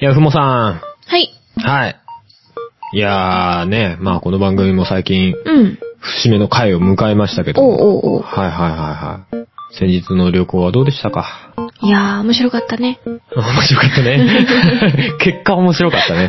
いや、ふもさはい。ん。はい。いやーね、まあこの番組も最近、うん。節目の回を迎えましたけどおも。うおうおう。はいはいはいはい。先日の旅行はどうでしたかいやー、面白かったね。 面白かったね。 結果面白かった ね。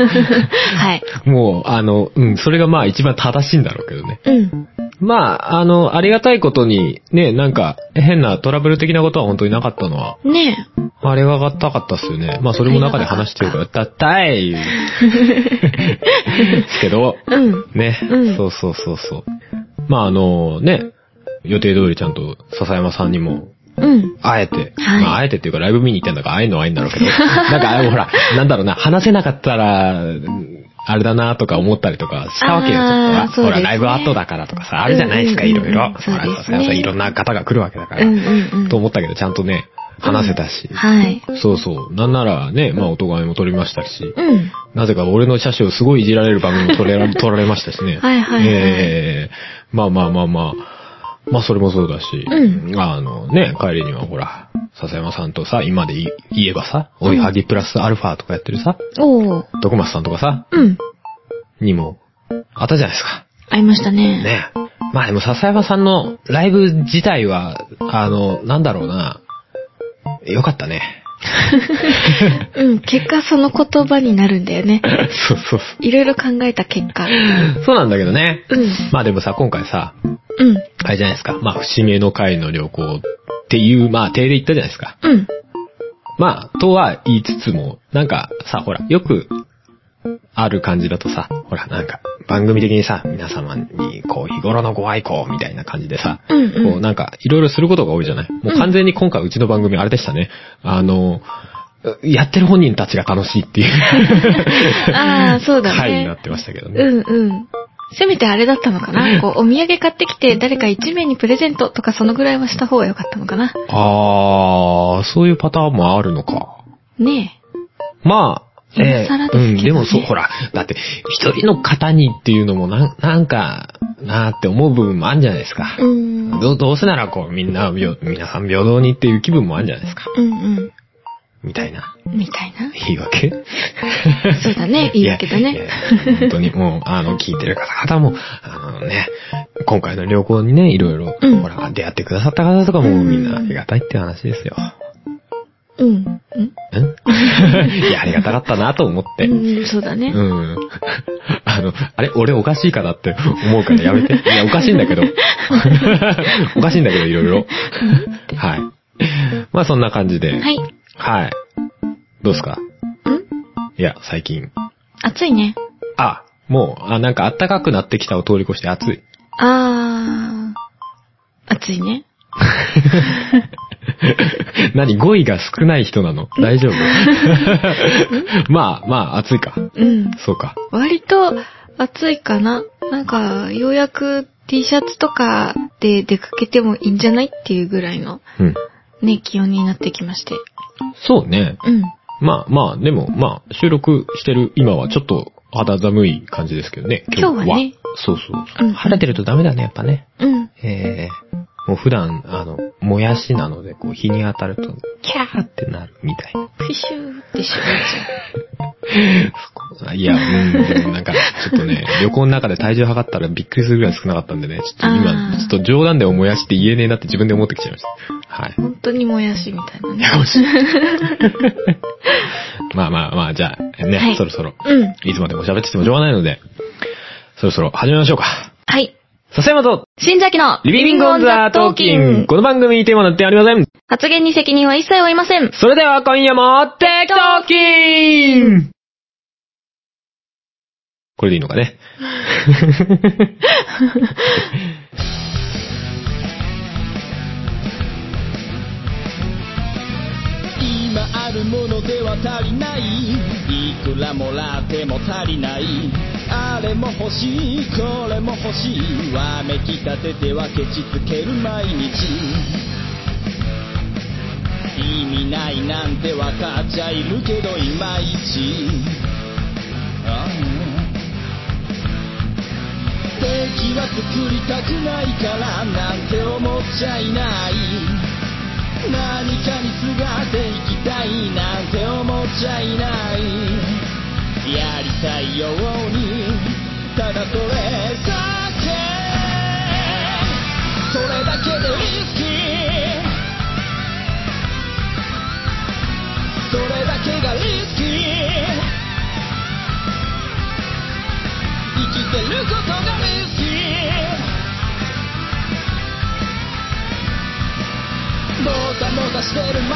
はい。もう、あの、うん、それがまあ一番正しいんだろうけどね。うん。まあ、あの、ありがたいことに、ね、なんか、変なトラブル的なことは本当になかったのは、ねあれがなかったっすよね。まあ、それも中で話してるから、だった いですけど、え。うん。ね、うんそうそうそうそう。まあ、あの、ね、予定通りちゃんと笹山さんにも、うん。あえて、はいまあ、あえてっていうか、ライブ見に行ったんだから、会えるのは会えんだろ うけど、なんか、あほら、なんだろうな、話せなかったら、うんあれだなとか思ったりとかしたわけよ、ちょっとあーな。そうほら、ですねライブ後だからとかさ、あるじゃないですか、うんいうんうんろいろ。そうですねほら笹山さん、いろんな方が来るわけだかうら。んうんうん。と思ったけど、ちゃんとね、話せたし。はい。そうそう。なんならね、まあ、お咎めも取りましたし。うん。なぜか俺の車種をすごいいじられる番組も取れら、取られましたしね。 はいはいはいええまあまあまあまあ。まあそれもそうだし。うあのね、帰りにはほら、笹山さんとさ、今でい言えばさ、おいはぎプラスアルファとかやってるさ、おう。徳松さんとかさ、うん。にも、あったじゃないですか。会いましたね。ね。まあでも笹山さんのライブ自体は、あの、なんだろうな、よかったね。 うん。結果その言葉になるんだよね。そうそうそいろいろ考えた結果。う。そうなんだけどね。うん。まあでもさ、今回さ、うん。あれじゃないですか。まあ、節目の会の旅行っていう、まあ、手で言ったじゃないですか。うん。まあ、とは言いつつも、なんかさ、ほら、よく、ある感じだとさ、ほら、なんか、番組的にさ、皆様に、こう、日頃のご愛好みたいな感じでさ、うんうんこう、なんか、いろいろすることが多いじゃないもう完全に今回、うちの番組、あれでしたね。あの、やってる本人たちが楽しいっていう。ああ、そうだ ね。回になってましたけどね。うんうん。せめてあれだったのかなこう、お土産買ってきて誰か1名にプレゼントとかそのぐらいはした方が良かったのかなあー、そういうパターンもあるのか。ねまあ、ええ今更ですけうどねん、でもそう、ほら、だって、一人の方にっていうのもなん、なんか、なーって思う部分もあるんじゃないですかえ。。うん。うんどうどうせならこう、みんな、平皆さん平等にっていう気分もあるんじゃないですか。うん。みたいな。みたいな。言い訳そうだね。いいわけだいやいね。や本当にもう、あの、聞いてる方々も、あのね、今回の旅行にね、いろいろ、うんほら、出会ってくださった方とかも、うんみんなありがたいって話ですよ。うん。うん んいや、ありがたかったなと思って。うん。そうだね。うん。 あの、あれ俺おかしいかなって思うからやめて。いや、おかしいんだ けど。おかしいんだけど、いろいろ。はい。まあそんな感じで。はい。んはい。どうすかいや、最近。暑いね。あ、もう、あ、なんか暖かくなってきたを通り越して暑い。 あー。暑いね。何語彙が少ない人なの大丈 夫 まあ、まあ、暑いか。うん。そうか。割と暑いかな。なんか、ようやく T シャツとかで出かけてもいいんじゃないっていうぐらいのうん。ね、気温になってきまして。そうね。うん。まあまあ、でもまあ、収録してる今はちょっと肌寒い感じですけどね、今日はね。そうそう。うん晴れてるとダメだね、やっぱね。うん。ええもう普段、あの、もやしなので、こう、日に当たると、キャーってなるみたいな。プシューってしまっそこいや、うん、でもなんか、ちょっとね、 旅行の中で体重測ったらびっくりするぐらい少なかったんでね、ちょっとあ今、ーちょっと冗談でももやしって言えねえなって自分で思ってきちゃいました。 はいちゃう。。本当にもやしみたいなね。やかもしれ ないまあまあまあ、じゃあ、ね、はいそろそろ。うん。いつまでも喋っててもしょうがないので、そろそろ始めましょうか。はい。笹山と、新崎のリビビングオンザトーキング。この番組にテーマなんてありません。発言に責任は一切負いません。それでは今夜も、テイクトーキングこれでいいのかね。今あるものでは足りないいくらもらっても足りないあれも欲しいこれも欲しいわめきたててはケチつける毎日意味ないなんてわかっちゃいるけどいまいちああ敵は作りたくないからなんて思っちゃいない何かにすがっていきたいなんて思っちゃいないたいようにただそれだけそれだけでリスキーそれだけがリスキー生きてることがリスキーもたもたしてる間に終わ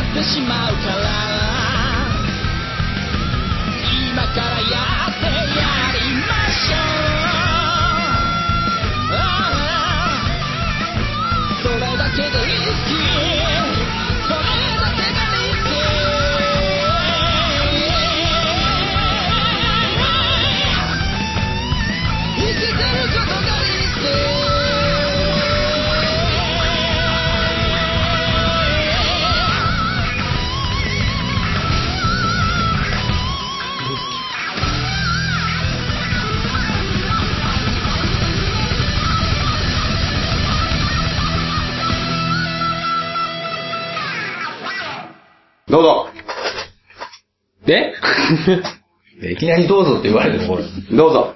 ってしまうから今からやってやりましょうああそれだけでリスキーそれだけがリスキー生きてることがリスキーリスキーどうぞ。でいきなりどうぞって言われても、どうぞ。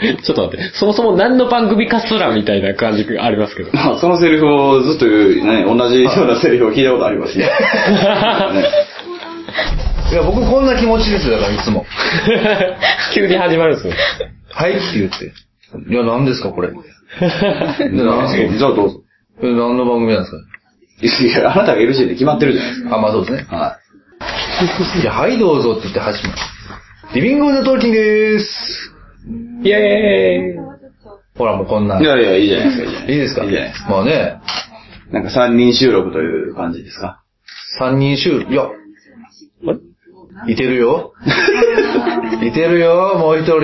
ちょっと待って、そもそも何の番組かすらみたいな感じがあります けど。まあ、そのセリフをずっと言う、ね、同じようなセリフを聞いたことありますね。いや、僕こんな気持ちですよ、だからいつも。急に始まるんですよ。はいって言って。いや、何ですか、これ。ねじゃあどうぞ。え何の番組なんですいや、あなたが LC で決まってるじゃないですかあ、まあそうですね。か。はいや、はい、どうぞって言って始まる。リビングオブザトーキングでーす。イエーイほら、もうこんな。い。いいやいや、いいじゃないですか、いいじゃないいですかいいじゃないですまあね、か。なんか三人収録という感じですか。三人集、いや、いてる よ。いてるよ、もう一人。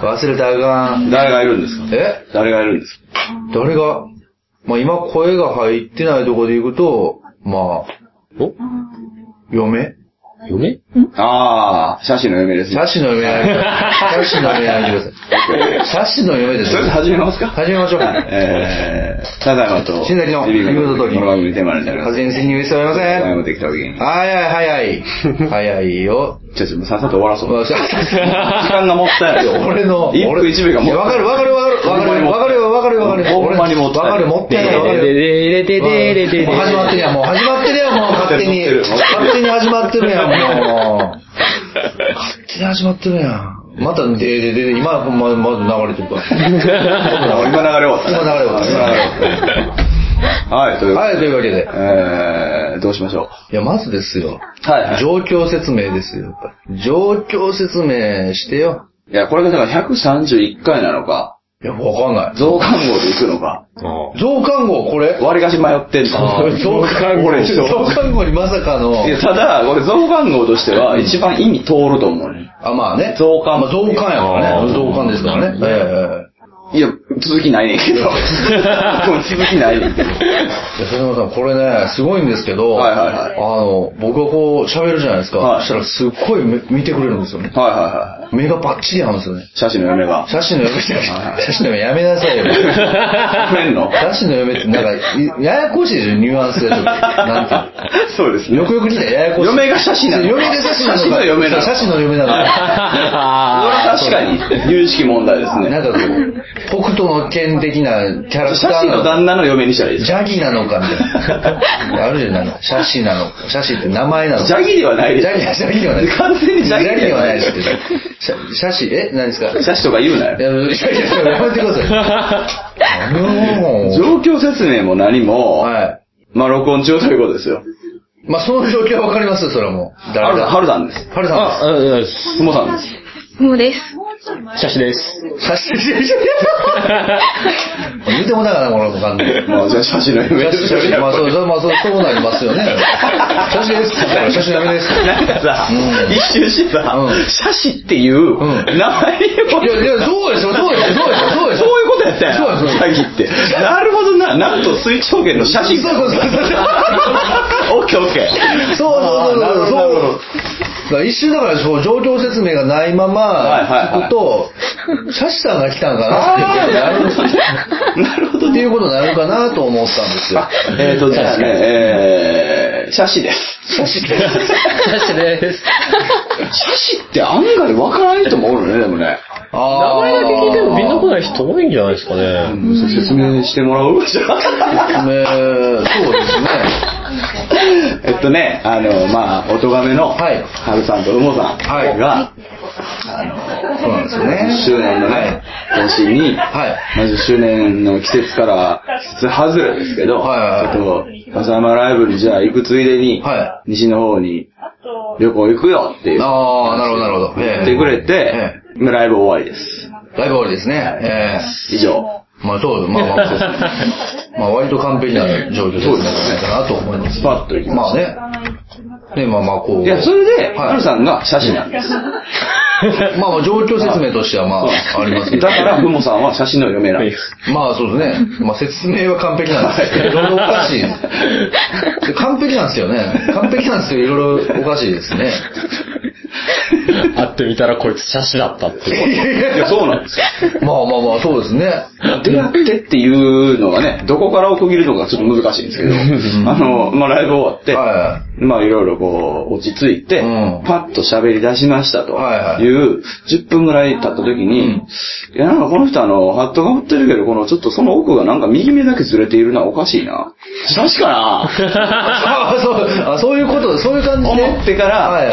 忘れたらあかん。誰がいるんですかえ誰がいるんですか誰が、まあ今声が入ってないとこで行くと、まあ、お嫁嫁ああ、写真の嫁ですシね。ャシの嫁やめてください。シャシの嫁やめてください。シャシの嫁でとすりあえず始めますか始めましょう。はいえー、ただいまと、新崎のリビングのリビングのトーキングこの番組のテーマになりまカす。ジン戦に見せてもらえません。前もできたわけに。はいはいはいはい。早いよ。ちょ、ちょ、もうさっさと終わらそう。まあ 時さ間がもったいない。俺の、一分俺一秒がもったいないわかるわかるわかるわかるわかるわかるわかるわかる。ほんまにもったいなわかるい持ってないわかでる。でででででででもう始まってるやん、もう始まってるやん、もう勝手に。持ってる持ってる勝手に始まってるやん、もう。勝手に始まってるやん。また、で、で、で、で今、ま、ま、流れてるから。今流れ終わったね。今流れ終わったね今流れ終わった。はい、というはい、というわけで。えー、どうしましょいや、まずですよ。う。はい。状況説明ですよ、やっぱり。状況説明してよ。いや、これがだから131回なのか、いや、わかんない。増刊号で行くのか、増刊号、これ割りかし迷ってんの。増刊号俺でしょ増刊号にまさかの。いや、ただ、これ増刊号としては一番意味通ると思うね。あ、まあね。増刊まあ、増刊やからあね。ー増刊ですからね。えいや、続きないねん けど。もう続きないねんけど。えいや、瀬沼さん、これね、すごいんですけど、はいはいはいあの、僕がこう、喋るじゃないですか。はいそしたら、すっごいめ見てくれるんですよね。はいはいは目がバッチリ合うんですよね。い。写真の嫁が。写真の嫁じゃはないい写真の嫁やめなさいよ。くれんの写真の嫁って、なんか、いややこしいでしょ、ニュアンスでちょっと。なんか。そうですね。よくよく聞いたらややこしい。嫁が写真なの嫁が写真なのか写真の嫁なのそう写真の嫁なのかあ確かに、有識問題ですなね。んかこう、北斗の剣的なキャラクタ写ー真なののか旦那の嫁にしたらいいですジャギなのかみたいな。あるじゃん、なんか、写真なのか。写真って名前なのか。ジャギではないでジすャギ、ジャギではないです。完全にジャジギャギではないですってジャギではない。写真、え何ですかい写真とか言うなよ。や、いやいややめてくださ い。あの状況説明も何も、はい。まあ録音中ということですよ。まあ、その状況はわかりますよ、それはもう。はるはるさんでハルあ。さあ、うんです。んうん。す。ともさんです。もうです。写真です。写真、 言うてもだから、このわかんない。 まあじゃあ写真の写夢ですよ。真、まあ、そう、う。そうまあ、そう、そうなりますよね。写真です。写真ダメ です。なんかさ、うん一周してさ、うん写真っていううん名前いを、や、いや、そうでしょ、そうでしょ、そうでしょ、そうでしょ。そういうことやったやんそうです詐欺って。なるほどな。なんと水晶源の写真。そうそうそうそう。オッケーオッケー。そうそうそうそうそう。だから一瞬だからそう状況説明がないまはいはいはまい聞くと、シャシさんが来たんかなっていうことになるっていうことになるかなと思ったんですよ。えーと、じゃあね、えー、写真です。写真です。 写真です。写真って案外わからない人もおるね、でもね。あ名前だけ聞いてもみんな来い。ない人多いんじゃないですかね。うん説明してもらうねそうですね。 えっとね、あの、まあ、おとがめの、はいはるさんとうもさんが、はいそうなんですよね。 10周年のね、更新はいに、まあ、10周年の季節から、季節外れですけど、はいはいちょっと、笠山ライブにじゃあ行くついでに、は西の方に旅行行くよっていう、ああ、なるほど、なるほど。言ってくれて、ライブ終わりです。ライブ終わりですね。え以上。えまあそう、まあまあそうです ね。まあ割と完璧な状況ですね。かなと思います。スパッと行きままあした。ね。ね、まあまあこう。いや、それで、はいはるさんが写真なんです。まあまあ状況説明としてはまあありますけどだ。から、ふもさんは写真の嫁なんです。まあそうですね。まあ説明は完璧なんですけど、いろいろおかしいです。 で完璧なんですよね。完璧なんですけど、いろいろおかしいですね。会ってみたらこいつ写真だったっていう。いや、そうなんですよ。まあまあまあ、そうですね。出会ってっていうのがね、どこからを区切るのかちょっと難しいんですけど、あの、まあ、ライブ終わって、はまあいろいろこう、落ち着いて、うんパッと喋り出しましたとはいはいいう、10分ぐらい経った時に、いやなんかこの人あの、ハットがぶってるけど、このちょっとその奥がなんか右目だけずれているな、おかしいな。確かな あそうあそういうこと、そういう感じで。思ってかはいはら、い。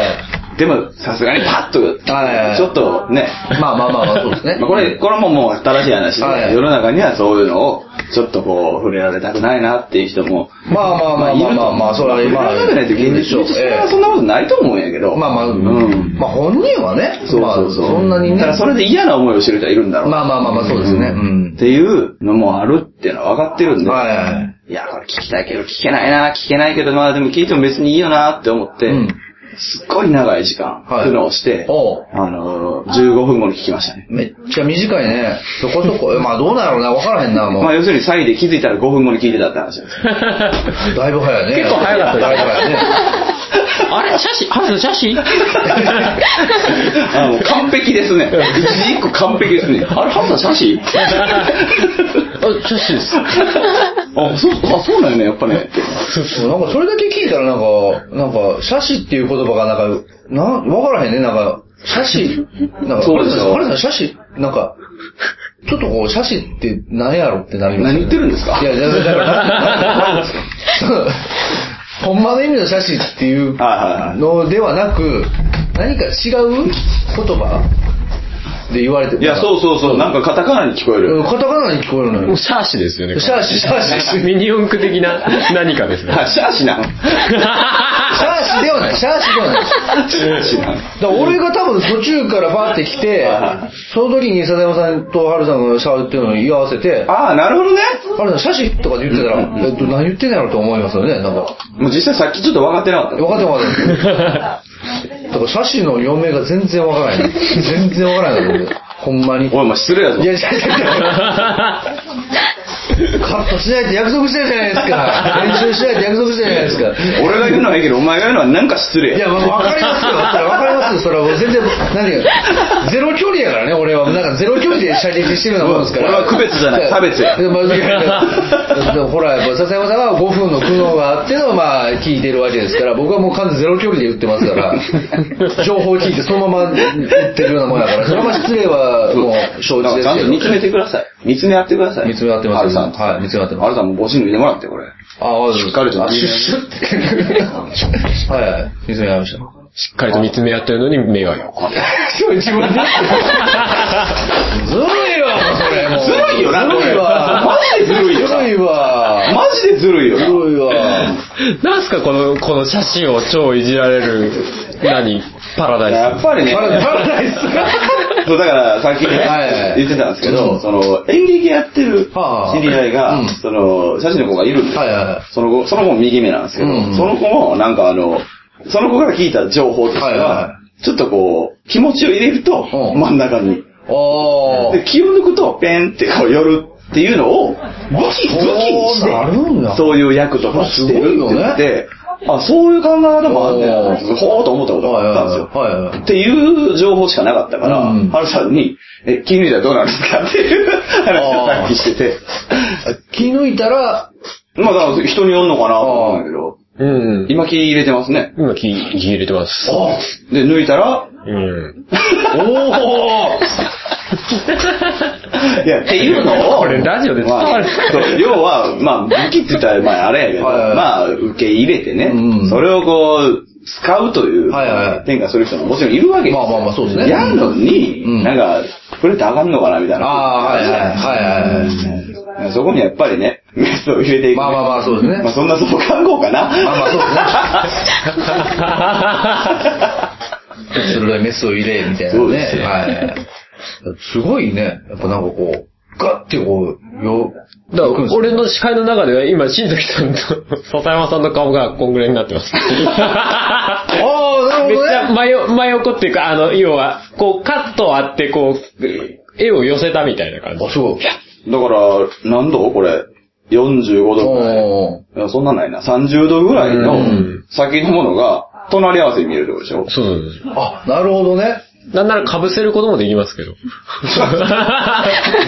でもさすがにパッと、はいはいちょっとね、まあまあまあまあ、そうですね。まあこれ、これももう新しい話で、はい世の中にはそういうのを、ちょっとこう、触れられたくないなっていう人も、まあまあまあまあまあまあ、それはままあ、あ、触れられないと現実、現実えはそんなことないと思うんやけど、えまあまあ、うん。まあ本人はね、そうそうそう。まあ、そんなにね、だからそれで嫌な思いをしてる人はいるんだろう。まあまあまあまあ、そうですね。うっん。ていうのもあるっていうのは分かってるんで、はいはいはい。いや、これ聞きたいけど、聞けないな、聞けないけど、まあでも聞いても別にいいよなって思って、うんすっごい長い時間、はい苦悩して、おうあのー、15分後に聞きましたね。めっちゃ短いね。そこそこ、えまあどうなんやろうな、わからへんな、もう。まあ要するに、サイで気づいたら5分後に聞いてたって話なんですよ。だいぶ早いね。結構早かったねだいぶ早いね。あれ写真あるの写真あもう完璧ですね。一個完璧ですね。あれ、ハルさ ん写真あ、写真です。あ、そう、あ、そうなんよね、やっぱね。なんかそれだけ聞いたらなんか、なんか、写真っていう言葉がなんか、な、わからへんね、なんか、写真、なんか、そうでしょあれだ、写真、なんか、ちょっとこう、写真って何やろってなります何言ってるんですかいや、だからだから、そう ほんまの意味の写真っていうはいはいのではなく、何か違う言葉で言われて いや、そうそうそう、なんかカタカナに聞こえうん。る。カタカナに聞こえるのもよう。シャーシですよね。写真、写真。ミニ四駆的な何かですね。あ、シャーシなの。シャーシではない、シャーシではない。シャーシなの。だから俺が多分途中からバーって来てはいはい、その時に笹山さんと春さんがシャーっていうのを居合わせて、あああ、なるほどね。春さん、シャシとかで言ってたら、えっと、何言ってんのやろと思いますよね、なんか。もう実際さっきちょっと分かってなかっ分かっても分か っても。だから、シャシの嫁が全然分からない。全然分からないの俺ほんまに。いた。おい、お前失礼やぞ。や、いや いやいやカットしないって約束してるじゃないですか。練習しないって約束してるじゃないですか。俺が言うのはいいけど、お前が言うのはなんか失礼。いや、まあわかりますよ。 それわかりますよ。それはもう全然、何が、ゼロ距離やからね、俺は。なんかゼロ距離で射撃してるようなもんですから。俺は区別じゃない差別やでまあいやいやでもほら、やっぱ笹山さんは5分の苦悩があっての、まあ、聞いてるわけですから、僕はもう完全ゼロ距離で言ってます から、情報を聞いてそのまま言ってるようなもんやから、それはまあ失礼はもう承知だからでちゃんと見つすめけど。てください。見つめ合ってください。見つめ合ってますハルさん。はい見つめ合ってますハルさんも帽子脱いでもらって、これ。ああ、しっかりとあシュッシュって。はい、見つめ合いました。しっかりと見つめ合ってるのに目が横。今日自分で。ずるいわ、それもう。ずるいよな、ずこるれ。いわ。マジでずるいよずな。るいわ。マジでずるいよずな。るいわ。なんすかこの、この写真を超いじられる、何、パラダやイっぱりね。パラパラダイスそう、だから、さっきねはいはい言ってたんですけうど、んその、演劇やってるはあ知り合いがうん、その、写真の子がいるんですよはいはいはいその子、その子も右目なんですけどうんうん、その子も、なんかあの、その子から聞いた情報としてはいはいはは、ちょっとこう、気持ちを入れると、うん真ん中に。おでー。気を抜くと、ペンってこう寄るっていうのを、武器、武器にしそうなるんてだ、そういう役とかしてるって言って、あ、そういう考え方もあんおねや。ーほーっと思ったことがあったんですよ。はいはいはいはいはいっていう情報しかなかったから、うハ、んうんル、さんに、え、気抜いたらどうなるんですかっていう話をさっきしてて。気抜いたら、まあ、だから人によるのかなと思うんだけど。うん。今木入れてますね。今、気入れてます。で、抜いたら、うん。おおいや、っていうのを。これラジオで伝わるまあそう要は、まあ、武器って言ったら、まあ、あれやけど、はいはいはいまあ、受け入れてね、うんそれをこう、使うという、はいはい変化する人ももちろんいるわけですよまあまあまあそうですねやんのに、うんなんか、触れてあかんのかな、みたいな。ああー、はいはい。はいはいはい。そこにはやっぱりね、メスを入れてい く、まあまあまあ、そうですね。まあ、そんなとこ観光か まあな。まあそうですね。鋭いメスを入れ、みたいなね。そうですねはい。すごいね。やっぱなんかこう、ガッてこう、よ、だから、俺の視界の中では今、新崎さんと笹山さんの顔がこんぐらいになって ます。ああ、なめるっほちゃどね。真横真横っていうか、あの、要は、こう、カットあって、こう、絵を寄せたみたいな感じ。あ、そう。だから、何度これ、45度ぐらい。おいやそんなんないな。30度ぐらいうのん先のものが、隣り合わせに見えるってことでしょそうそうそーあ、なるほどね。う。なんなら被せることもできます けど。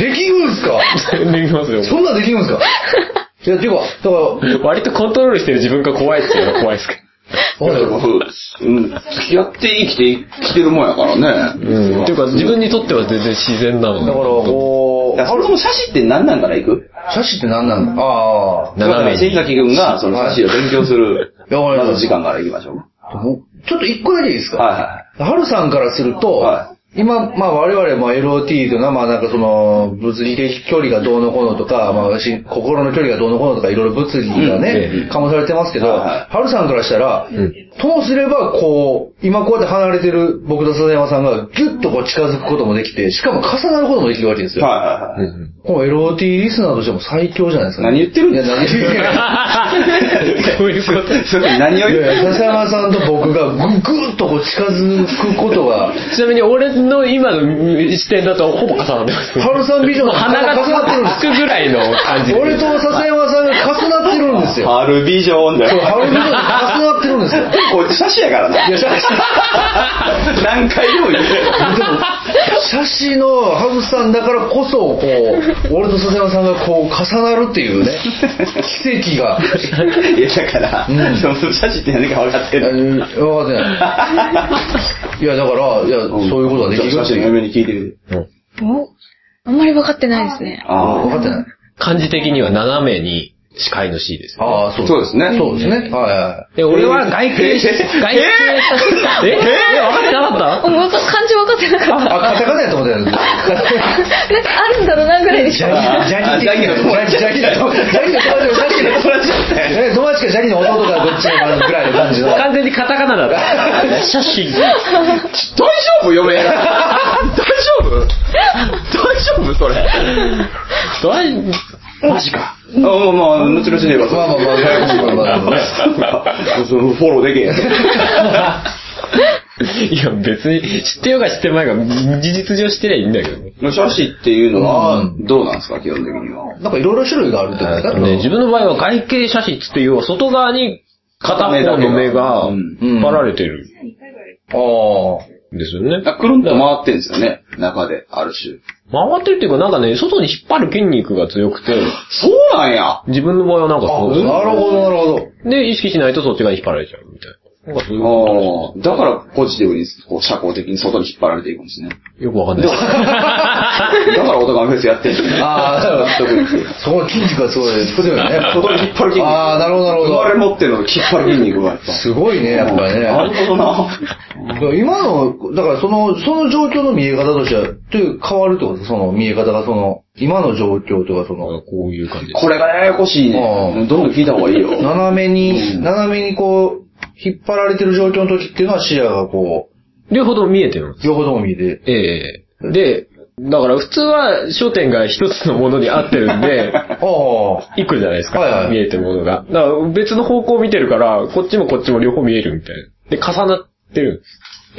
できるんすかできますよ。そんなんできるんすかいや、てか、だから、割とコントロールしてる自分が怖いっていうのは怖いですけいやでもうん、付き合って生きてきてるもんやからね。ど。うん。っていうか、自分にとっては全然自然なだからので。こだからそもそも写真って何なんから行くう、写真って何なんだああ。だから、新崎君がその写真を勉強する、いやわかりまましたず時間から行きましょう。もうちょっと一個だけいいですかはハルさんからすると、は今、まあ我々も LOT というのは、まあなんかその、物理的距離がどうのこうのとか、まあし心の距離がどうのこうのとか、いろいろ物理がね、うんかもされてますけど、はいはハルさんからしたら、ともすればこう、今こうやって離れてる僕と笹山さんが、ぎゅっとこう近づくこともできて、しかも重なることもできるわけですいはい。よ。はいはいはい。この LOT リスナーとしても最強じゃないですか、何言ってるんですかいや何言ってる そういうこと。それ何をい言やっいや、笹山さんと僕がぐぐーっとこう近づくことが、ちなみに俺の今の視点だとほぼ重なってます。ハルさんビジョンの鼻が重なってるんですつくぐらいの感じ。俺と笹山さんが重なってるんですよ。ハルビジョンだそう、ハよ。ロルビジョンが重なってるんですよ。こいつ写真やからな。いや、写何回でも言うてる。真、でも、写真のハブさんだからこそ、こう、俺と笹山さんがこう重なるっていうね、奇跡が、いや、だから、その写真って何か分かっていやる。分かってない。いや、だから、いや、そういうことができるじゃあって写真のいう。嫁に聞いてみて。おあんまり分かってないですね。分かってない。漢字的には斜めに視界の C です。ああ、そうそうですねそうですね。はいはで、俺は外形、外形、ええ分かってなかったもうわか漢字分かってなかっい。あ、カタカナやと思ったよ。た。なんかあるんだろうなぐらいでしジょ。ャあニ、ジャニ的な、ジャニ、ジャニの、ジャニの友達、ジャニの友達、え友達かジャニの弟かどっちのかぐらいの感じの。完全にカタカナだった。写真。大丈夫嫁大丈夫大丈夫それ。大マジか。あまあまあ、後々で言えば。まあまあまあややこしいまあまあまあまあそのフォローできへんやつ。いや、別に、知ってようが知ってまいが、事実上してりゃいいんだけどね。写真っていうのうは、んどうなんですか、基本的には。なんかいろいろ種類があるってことですかね、自分の場合は外形写真っつって、要は外側に片方の目がうんうん引っ張られてるあんですよね。だからくるんと回ってんですよね、中で、ある種。回ってるっていうか、なんかね、外に引っ張る筋肉が強くて、そうなんや自分の場合はなんかあ。そうなるほど、なるほど。で、意識しないとそっち側に引っ張られちゃうみたいな。なんかそういうことらしいああだから、ポジティブに、こう、社交的に外に引っ張られていくんですね。ですよくわかんないだから、男のフェスやってんですね。ああ、特にそこの筋肉がすごい、すごいよね。外に引っ張る筋肉。ああ、なるほど、なるほ生まれど。持ってるの引っ張る筋肉がやっぱ。すごいね、やっぱなね。るほどな。今の、だからその、その状況の見え方としては、という変わるってことその見え方が、その、今の状況とか、そなの、んかこういう感じです。これがややこしいねう。んどんどん聞いた方がいいよ。斜めに、斜めにこう、引っ張られてる状況の時っていうのは視野がこ両方とも見えてるんですう、両方とも見えて、ええで、だから普通は焦点が一つのものに合ってるんで、ああ、いくじゃないですか。はいはい見えてるものが。だから別の方向を見てるから、こっちもこっちも両方見えるみたいな。で、重なってるんです。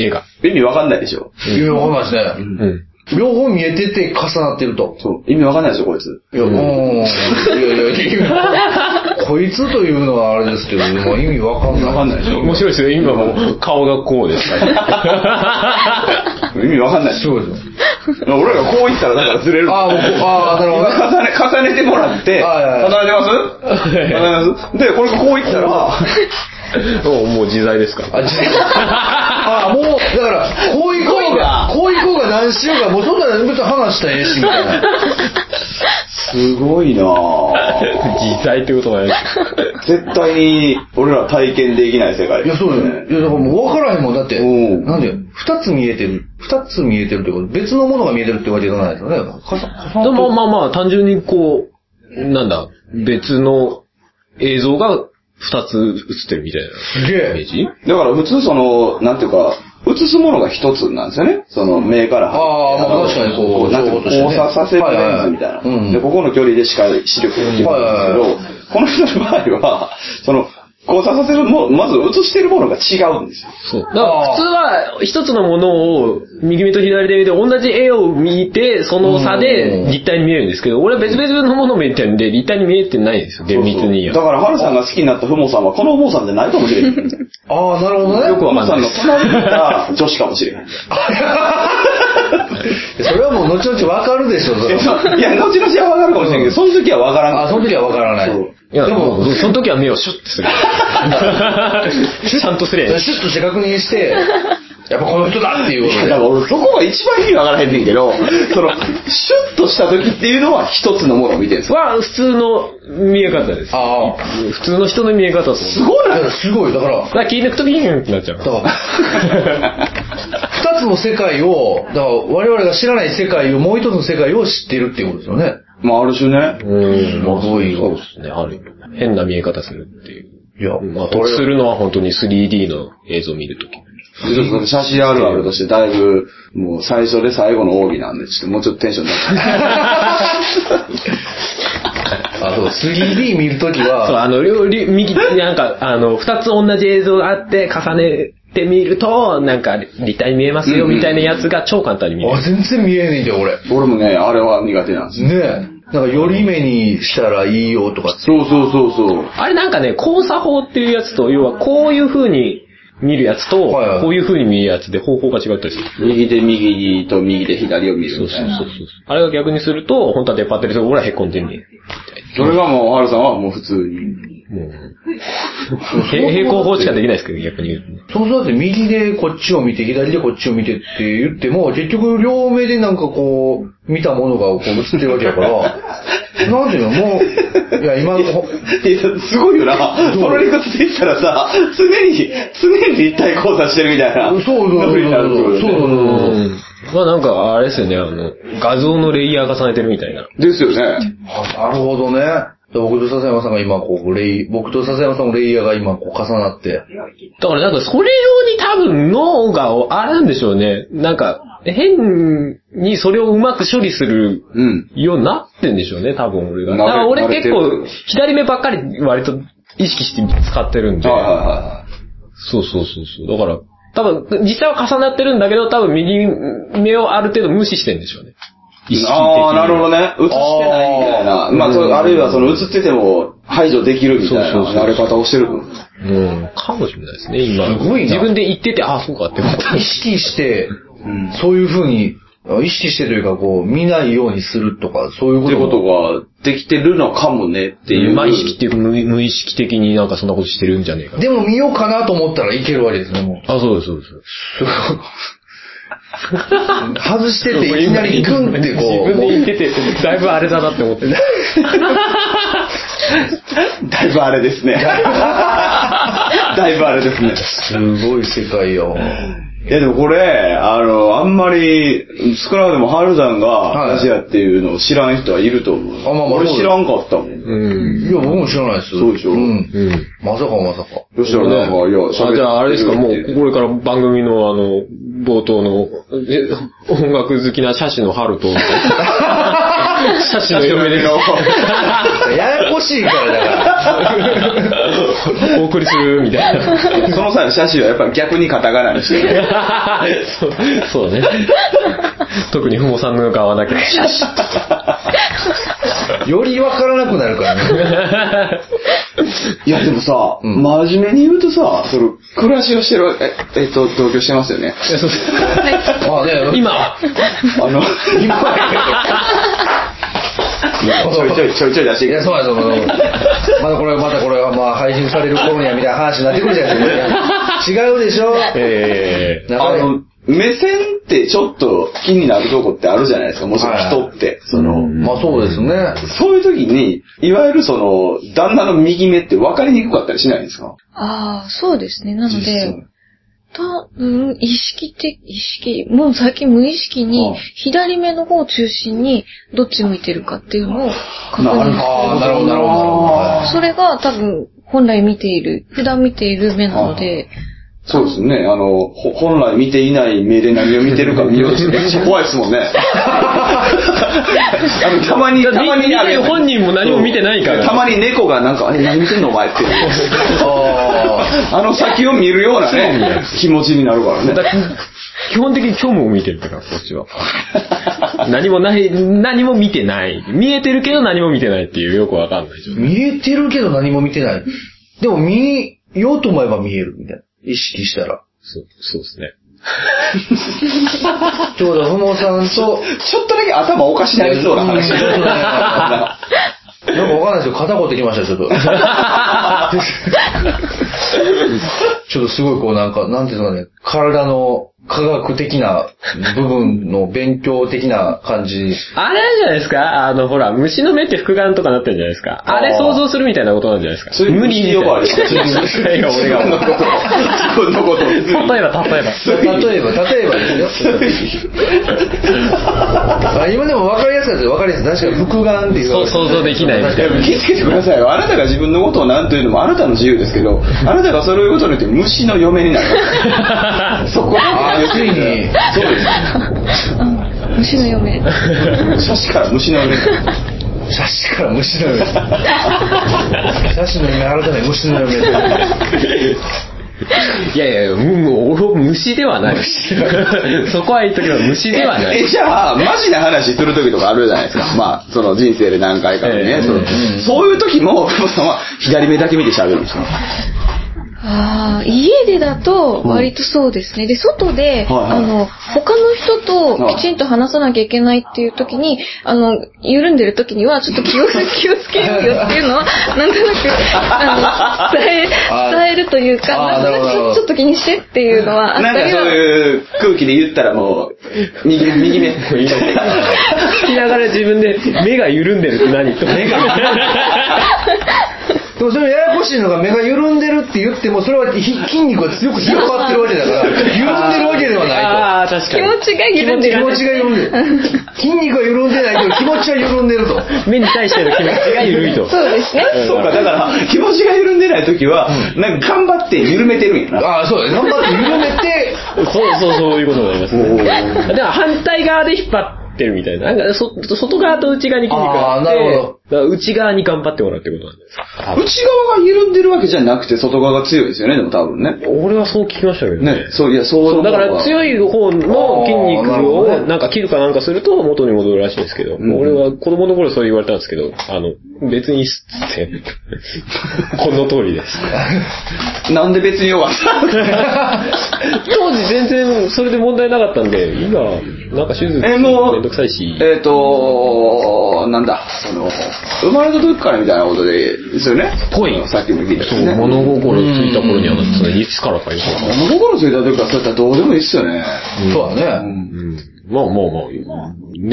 絵が。意味わかんないでしょ。意味わかんないですうね。ん。両方見えてて重なってると。そう。意味わかんないでしょ、こいつ。いや、もう、いやいや、今こいつというのはあれですけど、もう意味わかんない。わかんないでしょ。面白いですよ。今もう顔がこうですから。意味わかんないでしょ。そうですよ。俺らがこう言ったらだからずれる。ああ、もうこう、ああ、なるほどね。重ね、重ねてもらって、はいはいはい重ねます重ねますで、これがこういったら、もうもう自在ですかあ、ら。自 ああ、もう、だから、こういう行為が、こういう行為が何しようか、もうそんなの別に話したらええし、みたいな。す ごいなぁ。自在ってことはないで 絶対に俺ら体験できない世界いや、そうだよね。いや、だからもう分からへんもん。だって、うんなんで、二つ見えてる、二つ見えてるってこと、別のものが見えてるってわけじゃないですよね。かさかす。でもまあまあ、単純にこう、なんだ、別の映像が二つ映ってるみたいすげなイメーえ。ジだから普通その、なんていうか、映すものが一つなんですよね。その目から入って。ああまあの確かにこうなんていう情報とか、してね交差させるレンズみたいな。はいはいうんで、ここの距離でしか視力が決まるんですけど、この人の場合は、その、交差させるも、まず映してるものが違うんですよ。そう。だから普通は一つのものを右目と左で見て同じ絵を見て、その差で立体に見えるんですけど、俺は別々のものを見てるんで立体に見えてないんですよ、厳密にだから、ハルさんが好きになったフモさんは、このお坊さんじゃないか もしれない。ああ、なるほどね。よくいわかんない。フモさんの隣にいた女子かもしれない。や それはもう後々分かるでしょ、それえはそういや、後々はわかるかもしれないけど、その時はわからん。あ、その時は分からない。そういや、ででもも、、その時は目をシュッてする。ちゃんとすシれュ。ッとして確認して、 やっぱこの人だっていうこいとやだでか。ら俺そこが一番意味わからへんねんけど、 その、シュッとした時っていうのは一つのものを見てるんですよ。は、普通の見え方です。ああ。普通の人の見え方と。すごいだかならすごい、だから、だから気抜くとビーンってなっちゃう。だから、二つの世界を、だから我々が知らない世界を、もう一つの世界を知っているっていうことですよね。まあ、ある種ね。うん、まあすごいよそうですね、あるよね。変な見え方するっていう。いや、まあ、得するのは本当に 3D の映像を見るとき。写真あるあるとして、だいぶ、もう最初で最後の奥義なんで、ちょっともうちょっとテンション高くあ、そう、3D 見るときそう、は、あの、両両右、なんか、あの、二つ同じ映像があって、重ねてみると、なんか、立体に見えますよ、みたいなやつが超簡単に見えあ、る。全然見えねえじゃん、俺。俺もね、あれは苦手なんですよ。ねえ。なんか、より目にしたらいいよとか。そうそうそうそう。あれなんかね、交差法っていうやつと、要はこういう風に見るやつと、はいはいこういう風に見るやつで方法が違ったりする。右で右と右で左を見るそうみそたういな。そうそう。あれが逆にすると、本当は出っ張ってるところが凹んでんねん。それがもう、ハルさんはもう普通に。もう。へ平行法しかできないですけど、逆に言うとね。そうするとだって、右でこっちを見て、左でこっちを見てって言っても、結局、両目でなんかこう、見たものがこう映ってるわけだから、なんていうの、もう、いや、今、ほいやすごいよな。その理屈で言ったらさ、常に、常に立体交差してるみたいな。そうそうそうノリになるってことそう。だそうよねそうそうそう。まあなんか、あれですよね、あの、画像のレイヤー重ねてるみたいな。ですよね。あなるほどね。僕と笹山さんが今、こう、レイ、僕と笹山さんのレイヤーが今、こう、重なって。だからなんかそれ用に多分脳があるんでしょうね。なんか変にそれをうまく処理するうん。ようになってんでしょうね、多分俺が。慣だれから俺慣れ結てる構左目ばっかり割と意識して使ってるんで。はいはいはそうそうそうそう。だから多分実際は重なってるんだけど多分右目をある程度無視してんでしょうね。意識い。的に。ああ、なるほどね。映してないみたいな。まあ、そうあるいはその映ってても排除できるみたいそうそうなそう慣れ方をしてる。うん、かもしれないですね、今。すごいな自分で言ってて、ああ、そうかって思った意。識して、そういう風に、意識してというか、こう、見ないようにするとか、そういうっこてとこもとができてるのかもねっていう。まあ意識っていうか無無意識的になんかそんなことしてるんじゃねえかな。でも見ようかなと思ったらいけるわけですね、もう。あ、そうです、そうです。すごい外してて、いきなりグンってこう自分で言ってて、だいぶあれだなって思って。だいぶあれです ね。だいぶあれですね。、すごい世界よ。いやでもこれ、あの、あんまり、少なくともハルさんはがいアジアっていうのを知らん人はいると思う。あまあまあ俺知らんかったもん。うん。いや、僕も知らないです。そうでしょん。うん。まさかまさか。よしなんか、いや、喋ってあるじゃあ、あれですか、もって う、これから番組の、あの、冒頭の、え音楽好きなシャシのハルと、シャシの嫁でややこしいから、だから。お送りする、みたいな。 その際の写真はやっぱり逆にカタカナにしてる。 そうそう ね。特にふもさんの側だけ。よりわからなくなるからね。いや、でもさ、うん真面目に言うとさ、その、暮らしをしてる、え、えっと、同居してます よね。 まあね、今はあの、今ちょいちょいちょいちょい出していいくや、そうなんですよ。まだこれ、まだこれは、まあ、配信される頃にはみたいな話になってくるじゃないです か。違うでしょえなあかなのか、目線ってちょっと気になるとこってあるじゃないですか、もちろん人って。その、まあそうですね。そういう時に、いわゆるその、旦那の右目って分かりにくかったりしないんですかああ、そうですね。なの実で際、多分、意識的、意識、もう最近無意識うんに、左目の方を中心に、どっち向いてるかっていうのを確認なするる。ああ、なるほど、なるほど。はそれが多分、本来見ている、普段見ている目なので、そうですね。あの、ほ本来見ていない目で何を見てるか見ようと して、めっちゃ怖いですもんね。あの、たまに、だたってまに見あてる本人も何も見てないからそうたまに猫がなんか、あれ何見てんのお前って。あの先を見るようなね、気持ちになるからだね。基本的に虚無を見てるから、こっちは。何もない、何も見てない。見えてるけど何も見てないっていう、よくわかんない状い見えてるけど何も見てない。でも見ようと思えば見えるみたいな。意識したら。そう、そうですね。ちょうどふもさんと、ちょっとだけ頭おかしなりそうな話。うんなんかなんかわかんないですよ。片言できましたよ、ち ょっと。ちょっとすごいこうなんか、なんていうのかね、体の科学的な部分の勉強的な感じ。あれじゃないですかあの、ほら、虫の目って複眼とかなってるじゃないですか。あれ想像するみたいなことなんじゃないですか。 そういう無理みたい虫呼ばわりな。 いや俺 が自分のこと、自分のこと。例えば、例えば。例えば、例えばです よ。あ今でも分かりやすかったです分かりやすい。確かに複眼っていう。そう想像できないみたいいやな。気づけてくださいよ。あなたが自分のことを何というのもあなたの自由ですけ ど、あなたがそれを言うことによって虫の嫁になる。 そこあーついにそうです。虫の嫁。写真から虫の嫁になる。写真から虫の嫁。 写真の嫁、改め虫の嫁。いやいや、もうもう俺虫ではない。そこは言っとけば虫ではない え、。じゃあ、マジな話する時とかあるじゃないですか。まあ、その人生で何回かでえねえ。そのそういう時も、久保さんは左目だけ見て喋るんですよ。ああ、家でだと割とそうですね。で、外で、はいはいあの、他の人はいときちんと話さなきゃいけないっていう時に、あの、緩んでる時には、ちょっと気を、 気をつけようよっていうのは、なんとなく、あ の、伝え、あー伝えるというか、なあーんとなくなるほどちょっと気にしてっていうのはあっなんたかりそうは、いう空気で言ったらもう、右目、 右目。聞きながら自分で目が緩んでるって何と目がでもそれややこしいのが目が緩んでるって言っても、それはひ筋肉が強く広がってるわけだから、緩んでるわけではないと。ああ、確か気に。持ちが緩んで気る。持ちが緩んでる。筋肉は緩んでないけど、気持ちは緩んで ると。目に対しての気持ちが緩いと。そうですね。そうか、だから、気持ちが緩んでない時は、なんか頑張って緩めてるんやな。ああ、そうだよ。頑張って緩めて、そうそう、そういうことになりますね。だから反対側で引っ張ってるみたいな。なんかそ外側と内側に筋肉があって、あーなるほどだから内側に頑張ってもらうってことなんですか。内側が緩んでるわけじゃなくて、外側が強いですよね、でも多分ね。俺はそう聞きましたけどね。ね、そう、いや、そうそうだから強い。い方の筋あーなる肉ほどをねなんか切るかなんかすると元に戻るらしいんですけど、ん俺は子供の頃そう言われたんですけど、あの、別にいいっすって、 この通りです。 なんで別に弱 さ当時全然それで問題なかったんで、今、なんか手術めえ、もう、んどくさいし、えっ、となんだ、その、生まれた時からみたいなことで、ですよね。ぽいさっきも聞いたやつそうね。物心ついた頃にはなってたねいつからかよくわかんない物心ついた時からそうやったらどうでもいいっすよね。そうだうね。ん。まあまあまあ、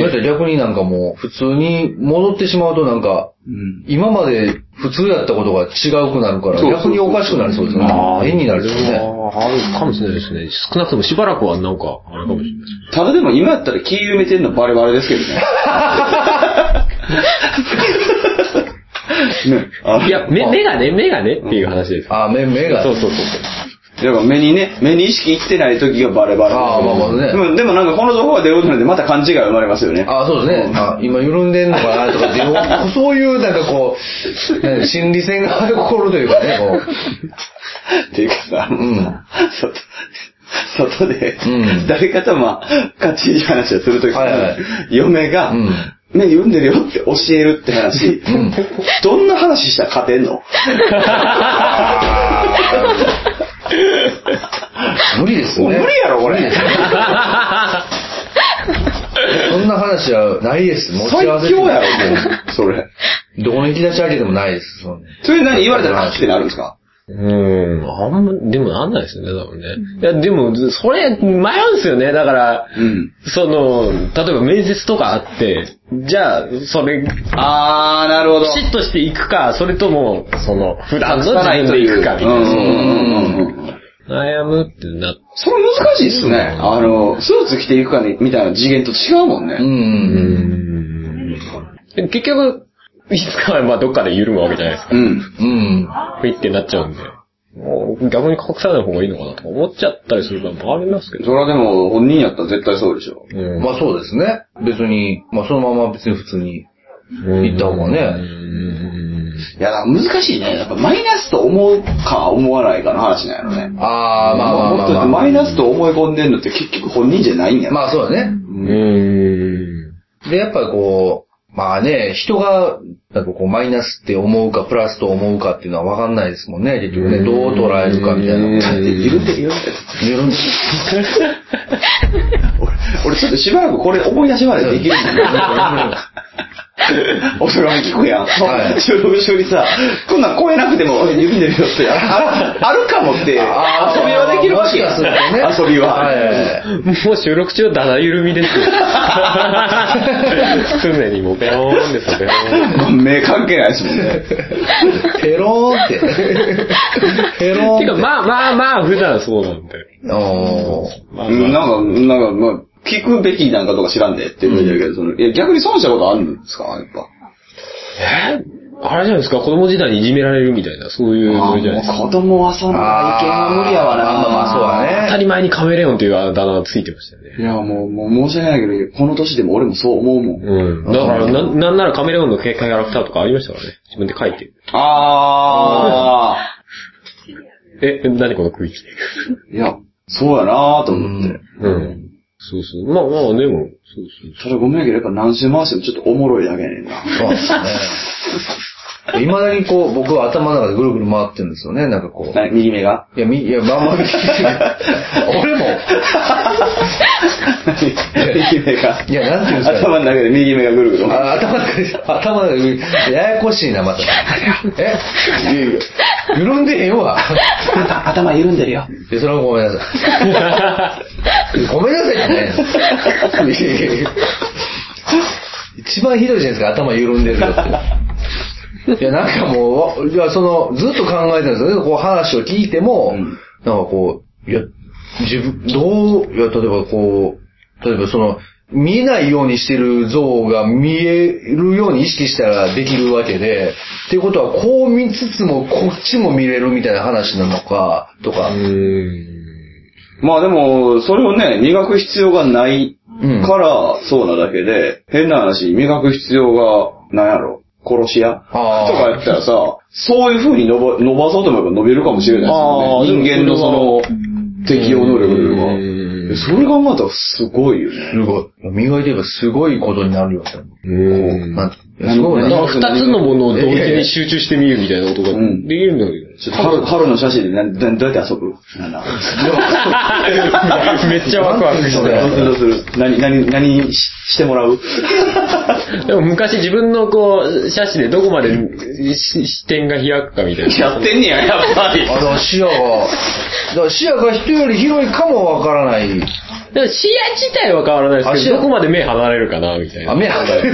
だってね。逆になんかもう、普通に戻ってしまうとなんか、うん。今まで普通やったことが違うくなるから、そうそうそう逆におかしくなりそうですよあーね。変になるそうですあね。ーあるかもしれないですね。少なくともしばらくはなんか、あれかもしれないです。ただでも今やったら気緩めてんのバレバレです けどね。ね。あのいや、目、目がね、目がねっていう話です。あー、目、目が。そうそうそう。だから目にね、目に意識いってない時がバレバレ。あーまあまあねでも、でもなんかこの情報が出ることによってまた勘違いが生まれますよね。あそうですね。あ今緩んでんのかなとかっていう、そういうなんかこう、 ね心理戦が起こるというかね、こっていうかさ、ん外、外でう、ん誰かとまあ、カッチリ話をするときにはいはい、嫁がうん、目読んでるよって教えるって話。どんな話したら勝てんの無理ですもね。う無理やろ、これ。そんな話はないです。持最ち合わせて強やろ、もう。それ。どこに引き出し上げてもないです。そんなそれ何言われたら勝ってなるんですかうーん、あんま、でもなんないですよね、多分ね。いや、でも、それ、迷うんですよね。だから、うん。その、例えば面接とかあって、じゃあ、それ、あー、なるほど。シッとしていくか、それとも、その、普段隠のさ自ない分とでいいうくか、みたうんいな。うんうんうんうん。悩むってなって。それ難しいっすね。あの、スーツ着ていくかにみたいな次元と違うもんね。うん。で結局、いつかはまあどっかで緩むわけじゃないですか。ううん。ん。ふいってなっちゃうんで。もう逆に隠さない方がいいのかなとか思っちゃったりするから、ありますけど。それはでも、本人やったら絶対そうでしょ。うんまあそうですね。別に、まあそのまま別に普通に行った方がね。いや、だから難しいね。やっぱマイナスと思うか思わないかの話なんやろね。ああ、まあまあまもっとあまマあ。イナスと思い込んでんのって結局本人じゃないんやろ。まあそうだね。うん。で、やっぱりこう、まあね、人が、なんかこう、マイナスって思うか、プラスと思うかっていうのは分かんないですもんね、結局ね。どう捉えるかみたいな。って緩んでるよって。いろんな俺、俺ちょっとしばらくこれ思い出しまで できるんだおそらく聞くやん。はい収録中にさ、こんなん超えなくても緩んでるよって、ああるかもって、遊びあーはできるわけやもしかすると遊びは。 はいもう収録中、だだ緩みですよ。常にもう、ベローンですよ、ベローン。目関係ないですもんね。ペローン って。ペローンってて。か、まあまあまあ、普段そうなんで。おーまあまうんあなんか、なんか、まあ、聞くべきなんかとか知らんでって言ってるけど、その、いや、逆に損したことあるんですかやっぱ。えあれじゃないですか、子供時代にいじめられるみたいな、そういうあのーじゃないですもうか。子供はそんな意見は無理やわな。あーまあまあそうだね当たり前にカメレオンというあだ名がついてましたよね。いや、もう、もう申し訳ないけど、この年でも俺もそう思うもん。うん。だから、な、なんならカメレオンのキャラクターとかありましたからね。自分で書いて。あえ、何この食いつき。ー。いや、そうやなーと思って。うん。そうそう。まあまあ、でも、そうそう。ただごめんやけど、やっぱ何周回してもちょっとおもろいだけやねんな。そうですね。いまだにこう、僕は頭の中でぐるぐる回ってるんですよね、なんかこう。な右目がいや、み、いや、まあまあ、俺も、右目が。いや、なんていうんですか、頭の中で右目がぐるぐる。あ頭の中で、頭の中で、ややこしいな、また。えいやいや、緩んでへんわ。 頭緩んでる よ。いや、それはごめんなさい。ごめんなさいってね。いやいやいや一番ひどいじゃないですか、頭緩んでる よって。いや、なんかもう、いや、その、ずっと考えてるんですよね。こう話を聞いても、うんなんかこう、いや、自分、どう、いや、例えばこう、例えばその、見えないようにしてる像が見えるように意識したらできるわけで、っていうことはこう見つつもこっちも見れるみたいな話なのか、とか。まあでも、それをね、磨く必要がないうんから、そうなだけで、変な話、磨く必要が、なんやろ、殺し屋とあーかやったらさ、そういう風に伸ば伸ばそうと思えば伸びるかもしれないあーですよね。人間のその、適応能力といううか。それ考えたらすごいよね。すごい。磨いてればすごいことになるよ。うん。なんてすごいだからな。二つのものを同時に集中してみるみたいなことがうんできるんだけど。ちょっと春、春の写真でななどうやって遊ぶなん だめっちゃワクワクしどそたうだうするどうする何、何、何ししてもらうでも昔自分のこう、写真でどこまでし視点が開くかみたいな。やってんねや、やっぱり。あ、だから視野が、だから視野が人より広いかもわからない。でも視野自体は変わらないですけあ視野ど、どこまで目離れるかな、みたいあ、な。目離れる。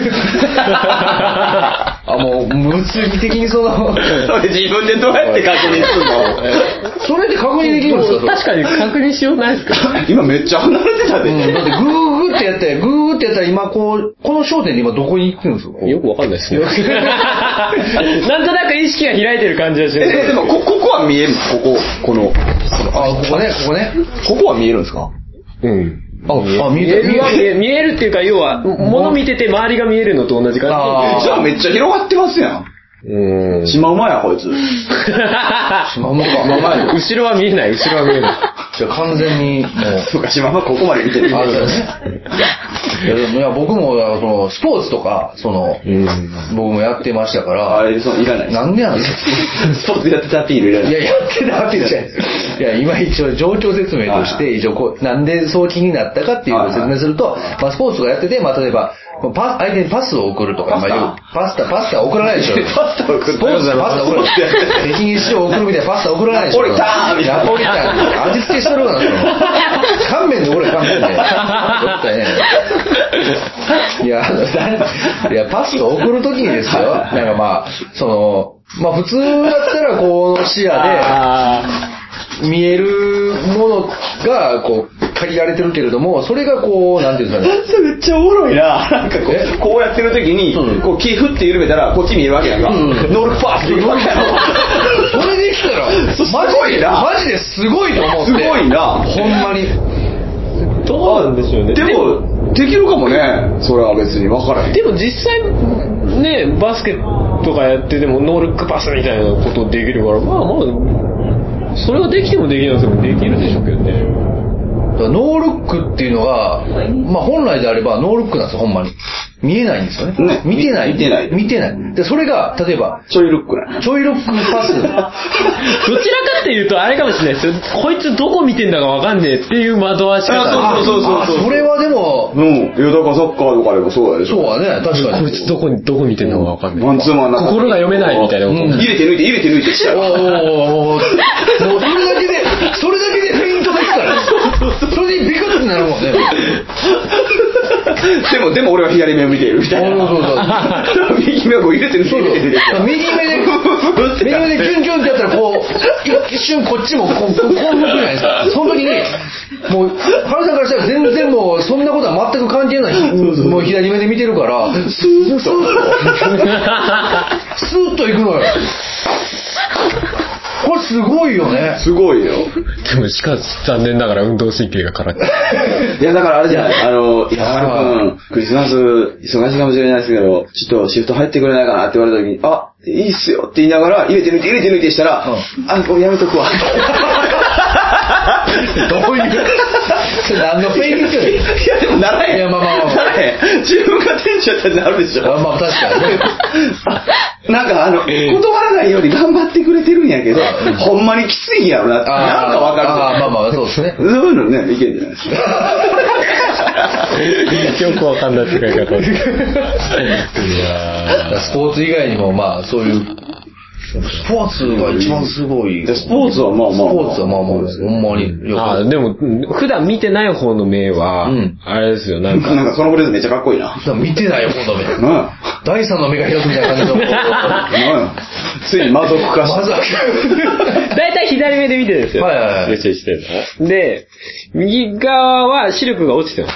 あ、もう、物理的にその、それ自分でどうやって確認すんのそれで確認できるんですか確かに確認しようないですか 今めっちゃ離れてたそで。れうん、だってグーグーってやって、グーグーってやったら今こう、この焦点で今どこに行ってるんですかこうよくわかんないですね。なんとなく意識が開いてる感じがしますえ、でもこ、ここは見えんのここ、この、あ、ここね、ここね。ここは見えるんですかうん。あ、あ、見見ええる、見るえは見る。え見えるっていうか、要は、物見てて周りが見えるのと同じ感あじゃあめっちゃ広がってますやじ。うんん。。シマウマや、こいつ。あ、もうか、まあまあ後ろは見えない、後ろは見えない。じゃあ完全に、もう、そうか、島はここまで見てる。あれだよね。いや、でもいや僕も、あのその、スポーツとか、その、僕もやってましたかあら、れ、そう、いらない。なんでやねん。スポーツやってたアピールいらないい。や、やってたってじゃないです。いや、今一応状況説明としはて、一応こう、なんでそう気になったかっていうのを説明すると、まあスポーツとかやってて、まあ例えば、パス、相手にパスを送るとか、まあよくパスタ、パスタ送らないでしょ。パスタを食スポーツでパスタ送る。北京市を送るみたいなパスタ送らないでしょ。ナポリタンみたいなナポリタン味付けしてるわな、その。乾麺で俺乾麺で。絶対ね。いや、あのだいや、パスタ送るときにですよ。なんかまあ、その、まあ普通だったらこう視野で、見えるものが、こう、限られてるけれども、それがこう、なんていうんですかね。それめっちゃおもろいな。なんかこえう、こうやってる時にうん、こう、キーフって緩めたら、こっち見えるわけやんか。うんノールックパーって言うわけや ろ。それできたら、すごマジいで、なマジですごいと思って。すごいなほんまに。どうなんでしょうね。でも、できるかもね。それは別に分からへん。でも実際、ね、バスケとかやっててもノールックパスみたいなことできるから、まあまあ、それができてもできなくてもできるでしょうけどね。だからノールックっていうのが、まあ本来であればノールックなんですよ、ほんまに。見えないんですよね。ね見てない。見てない見てない。で、それが、例えば、ちょいルックな。ちょいロック パス。どちらかっていうと、あれかもしれないですよ。こいつどこ見てんだかわかんねえっていう惑わし方。あそうそうそうそうあそれはでも、うん。いや、だからサッカーとかでもそうやでしそうょ。はね、確かこに。いつどこに、どこ見てんだかわかんねマンツーマンえ。な心が読めないみたいなこうんと。入れて抜いて、入れて抜いてしちゃおーおう。ーおーおーもうそれだけで、それだけでフェイントですからね。それでビクッとなるもんね。でも、でも俺は左目を見ているみたいそうそうそうな。 右目をこう入れて抜いて、入れて抜いて。右目で、右目でキュンキュンってやったら、こう、一瞬こっちもこう、こう、こう向くじゃないですか。その時に、もう、ハルさんからしたら全然もう、そんなことは全く関係ない。もう左目で見てるから、スーッと、スーッと行くのよ。これすごいよね。すごいよ。 でも、しかし残念ながら運動神経が空っいや、だからあれじゃない、あの、いや、ハル君、クリスマス忙しいかもしれないですけど、ちょっとシフト入ってくれないかなって言われた時に、あ、いいっすよって言いながら、入れて抜いて、入れて抜いてしたら、あ、もうやめとくわ。どういう、それ何のフェイントですよねいや、でもならへん。いやまあまあまあならへん。自分が店長やったらなるでしあょ。まあ確かにね。なんかあの、断らないように頑張ってくれてるんやけど、ほんまにきついんやろなって、なんかわかるあーまあまあ、そうですね。そういうのね、いけんじゃないですか。て。よくわかんない使い方。いやスポーツ以外にも、まあ、そういう、スポーツが一番すごい。でスポーツはまあまスあポーツはまあまあ、ほんまに。いーや あーでも、普段見てない方の目はうん、あれですよ、なんか、なんかそのフレーズめっちゃかっこいいな。見てないよ、この目。なあ。第三の目が開くみたいな感じの。まなんやついに魔族化した。ずは、だい たい左目で見てるんですよ。はいはいはいよちよちしてるの。で、右側は視力が落ちてます。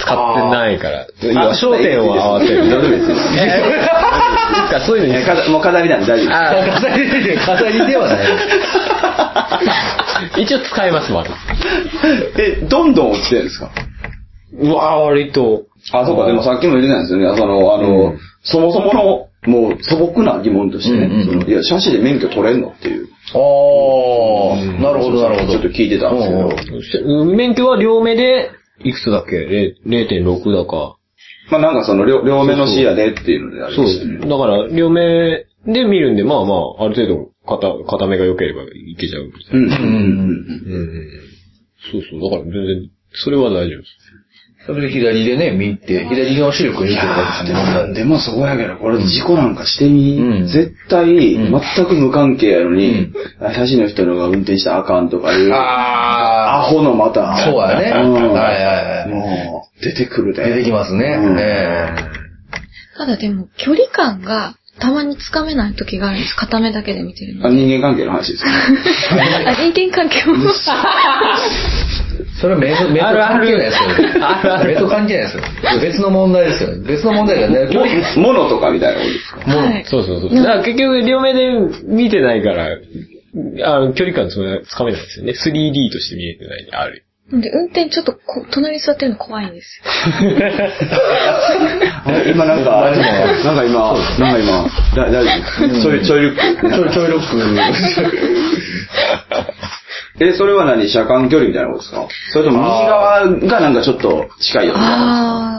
使ってないから。あ焦点を合わせる。大丈夫ですよえーなんかそういうのいにや。飾もう飾りなんで大丈夫あ飾りで、飾りではない。一応使います、まだ。です。え、どんどん落ちてるんですか うわぁ、割と。あ、そうか、でもさっきも言ってたんですよね。その、あの、うんそもそもの、もう素朴な疑問としてね、うんうんうんそのいや、写真で免許取れんのっていう。あー、なるほど、なるほど。ちょっと聞いてたんですけどうううん免許は両目で、いくつだっけれ0.6だか。まあなんかその両、両目の視野でっていうのでありそうまでしたすよね。だから、両目で見るんで、まあまあ、ある程度、片、片目が良ければいけちゃうみたいな。うん。うんううん。ん。そうそう。だから全然、それは大丈夫です。それで左でね、見て、左の視力を見いてるやからーでねもなんでもそこやけど、これ事故なんかしてみ、うん絶対、ん全く無関係やのうにん、あ写真の人のが運転したらあかんとかいう、アあホのまた。ー、そうやね。んはいはいはい。もう、出てくるで。出てきますね。うんねえただでも、距離感がたまにつかめない時があるんです。片目だけで見てるあので。人間関係の話ですか あ、人間関 係も。それは目と目と関係ないですよ。目と関係ないですよ。別の問題ですよ。別の問題がね、距離ものとかみたいなことですかはい。そうそうそう。だから結局、両目で見てないから、あの、距離感つめつかめないですよね。3D として見えてない。ある。なんで、運転ちょっとこ隣に座ってるの怖いんですよ。あ今なんか、あれなんか今、なんか今、 だ大丈夫です。ちょい、ちょいルック。ちょいちょいロック。え、それは何車間距離みたいなことですかそれとも右側がなんかちょっと近いよみたいな。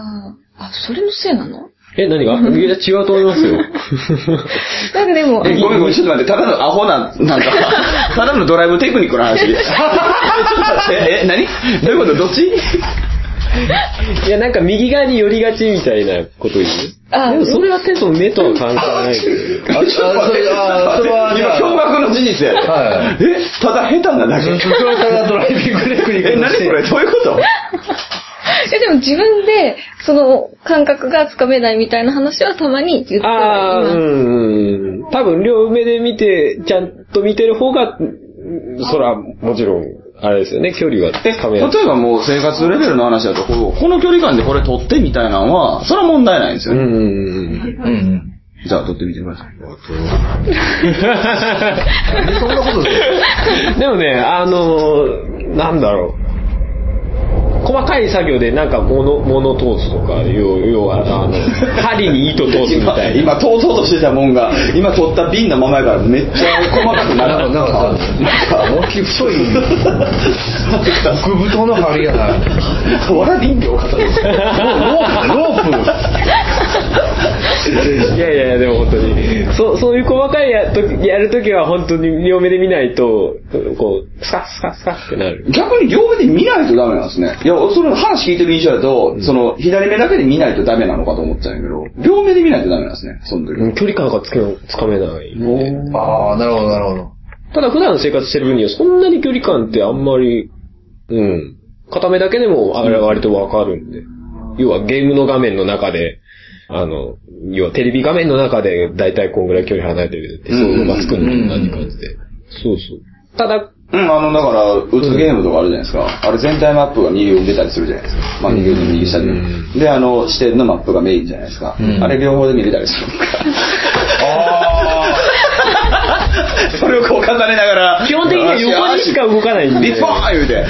あー。あ、それのせいなの え、何がいや、違うと思いますよ。なんかでも、え、ごめんごめん、ちょっと待って、ただのアホな、な んか、ただのドライブテクニックの話。え、ちょっと待って、え、何どういうことどっちいや、なんか右側に寄りがちみたいなこと言うあでもそれはテントの目とは関係ないけあ、あそれあそれは、じゃ今、あ驚愕の事実やで。はえ、ただ下手なだそけ。れはただドライビングレクニックえ、何これどういうことえ、でも自分で、その感覚がつかめないみたいな話はたまに言ってど。あはいあ、うます。んうん。多分、両目で見て、ちゃんと見てる方が、うんそら、もちろん、あれですよね、距離はえ、カメラ。例えばもう生活レベルの話だと、こうこの距離感でこれ撮ってみたいなのは、それは問題ないんですうよんね。うんうん。うんうん。じゃあ撮ってみてください。そんなことで でもね、あのー、なんだろう。細かい作業でなんか物、物通すとか、要要は、あ の、針に糸通すみた今、いな。今、通そうとしてたもんが、今取った瓶のままやからめっちゃ細かくななんか、る。なんかさ、なんか、大きい太い、 極太の針やな。わら瓶を重ねて。ロープ、ロープ。いやいやいや、でも本当に。そう、そういう細かいやとやるときは本当に両目で見ないと、こう、スカッスカッスカッってなる。逆に両目で見ないとダメなんですね。いや、その話聞いてる印象だと、その、左目だけで見ないとダメなのかと思っちゃうんやけど、両目で見ないとダメなんですね、その時。距離感がつけつかめない。ああ、なるほど、なるほど。ただ普段生活してる分にはそんなに距離感ってあんまり、うん。片目だけでもあれは割とわかるんで。要はゲームの画面の中で、あの、要はテレビ画面の中でだいたいこんぐらい距離離れてるって、そういうのがつくのと同じ感じで。そうそう。ただ、うん、あの、だから、打つゲームとかあるじゃないですか。あれ全体マップが右上に出たりするじゃないですか。まあ、右上と右下で。で、あの、視点のマップがメインじゃないですか。あれ両方で見れたりするのか。ああ。それをこう重ねながら。基本的には横にしか動かないんで。リッポーン言うて。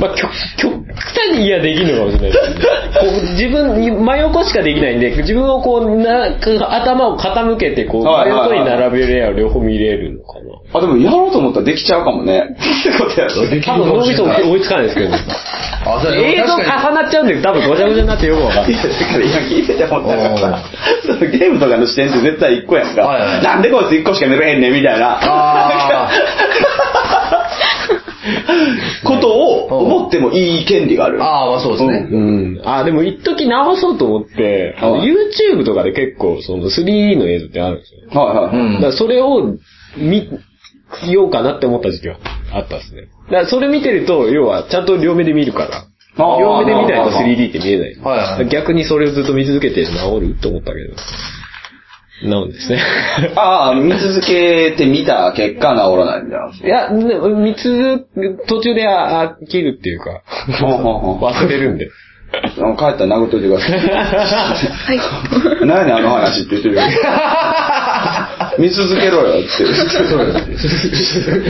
まあ、極極端にいやできるのかもしれないですね、こう自分に真横しかできないんで、自分をこう、な頭を傾けて、こう、は真いはいはい横に並べるやを両方見れるのかな。あ、でもやろうと思ったらできちゃうかもね。ってことやろ。多分脳みそ追いつかないですけど、あ、それ映像重確かに。なっちゃうんで、多分ごちゃごちゃになってよくわかんいない。やだから今聞いてて思ったからさ、そのゲームとかの視点って絶対1個やんか。はいはいなんでこいつ1個しか寝れへんねんみたいなあ。ことを思ってもいい権利がある。ああ、まあそうですね。うん。あ、でも一時直そうと思って、あのはい YouTube とかで結構、その 3D の映像ってあるんですよ。はいはい。うだんからそれを見、ようかなって思った時期があったんですね。だからそれ見てると、要はちゃんと両目で見るから。あー両目で見ないと 3D って見えない。はいはい逆にそれをずっと見続けて治ると思ったけど。治るんですね。ああ、見続けてみた結果治らないんだ。いや、ね見続け、途中であ飽きるっていうか、ほうほうほう忘れるんで。あ帰ったら殴っといてください。はい。 何やねんあの話って 言ってるよ。見続けろよって。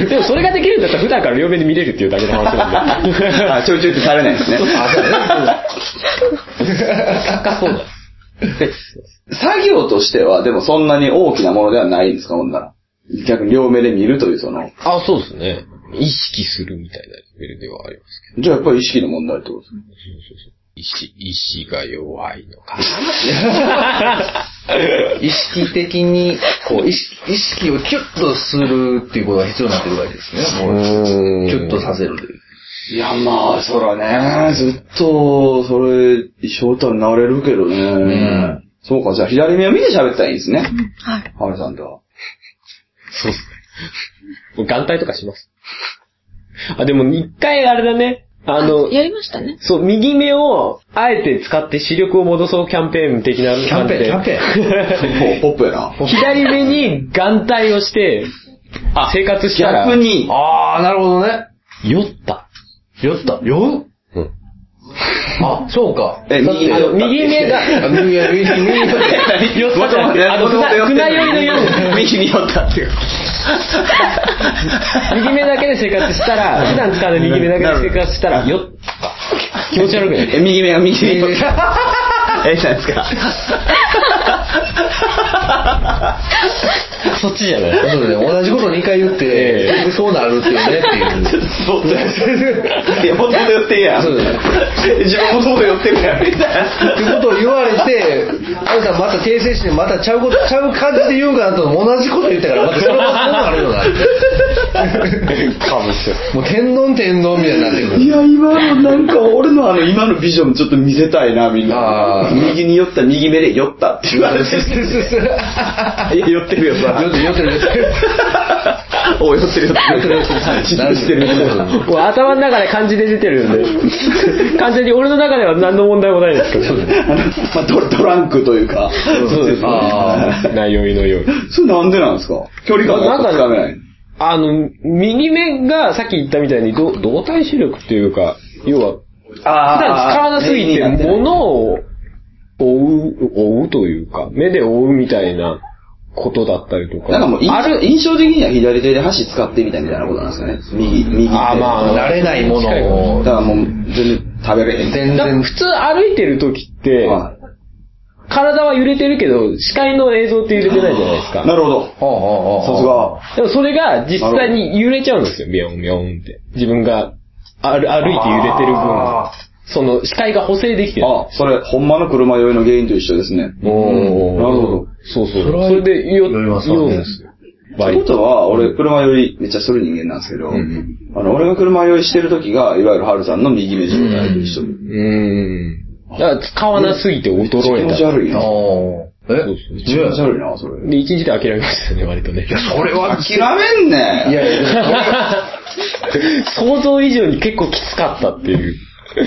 でもそれができるんだったら普段から両目で見れるっていうだけの話なんで。あ、ちょいちょいってされないですね。高 そうだ。作業としては、でもそんなに大きなものではないんですか、ほんなら。逆に両目で見るというその。あ、そうですね。意識するみたいなレベルではありますけど。じゃあやっぱり意識の問題ってことですね。意志、意志が弱いのかな。 意識的に、こう、意識意識をキュッとするっていうことが必要になってくるわけですね。もううキュッとさせるという。いや、まあ、そらね、ずっと、それ、一生とはなれるけどね。んそうか、じゃあ左目を見て喋ったらいいんですね。はい。ハルさんとは。そうっすね。眼帯とかします。 あ、でも一回あれだね。あの、やりましたね。そう、右目を、あえて使って視力を戻そうキャンペーン的なキャ感ンペじーン、キでャン。ペーン。もうポップやな。左目に眼帯をして、生活したら、逆に、ああ、なるほどね。酔った。酔った。酔ううんあ、そうか。え、右あの、右目が、右、右、右、寄ったじゃなくてあの船船寄りの夜右に寄ったっていう。右目だけで生活したら、普段使わない右目だけで生活したら、酔った。気持ち悪くないえ、右目が右に寄った。え、じゃないですか。そっちじゃないそうだね、同じこと2回言って、ええそうなるっていうね っていう。そうだよ。いや、もともと寄ってんやん。そうだよ自分もともと寄ってるやん、みたいってな。ことを言われて、あるさんまた訂正して、またちゃうこと、ちゃう感じで言うかなと同じこと言ったから、またそれもそうなるよな。かもしれもう天丼天丼みたいになってくいる。や、今のなんか、俺のあの、今のビジョンちょっと見せたいな、みんあな。ー右に寄った、右目で寄ったって言われて。い や、寄ってるよ、そら。酔ってる酔って る酔ってる。お、寄ってるよ、寄ってるよ。 知ってるよ。ない。もう頭の中で漢字で出てるんで、完全に俺の中では何の問題もないですけど、あのまあ、ドドランクというか。そうですあ内容のように。 それなんでなんですか距離感がやっぱつかめない。あの、右目がさっき言ったみたいにど動体視力っていうか、要は、普段使わなすぎて、物を追う、追うというか、目で追うみたいなことだったりとか。なんかもう印ある、印象的には左手で箸使ってみたいみたいなことなんですかね。右、右手。あーまあ慣れないものをだ、からもう、全然食べれへん。全だ然普通歩いてる時って、はい体は揺れてるけど、視界の映像って揺れてないじゃないですか。なるほど。ほうほうほうさすが。でもそれが実際に揺れちゃうんですよ、ビョンビョンって。自分が歩歩いて揺れてる分あ、その視界が補正できてる。あ、それ、ほんまの車酔いの原因と一緒ですね。おーなるほど。そうそう。そそれはれでよ、酔いますわねようんですよ。っバてリことは、俺、車酔いめっちゃする人間なんですけど、あの、俺が車酔いしてる時が、いわゆるハルさんの右目状態と一緒。うーん。だから使わなすぎて衰えた。気持ち悪いな。おーえそうそう気持ち悪いな、それ。で、一日で諦めましたね、割とね。これは、諦めんねいやいや、想像以上に結構きつかったっていう。そう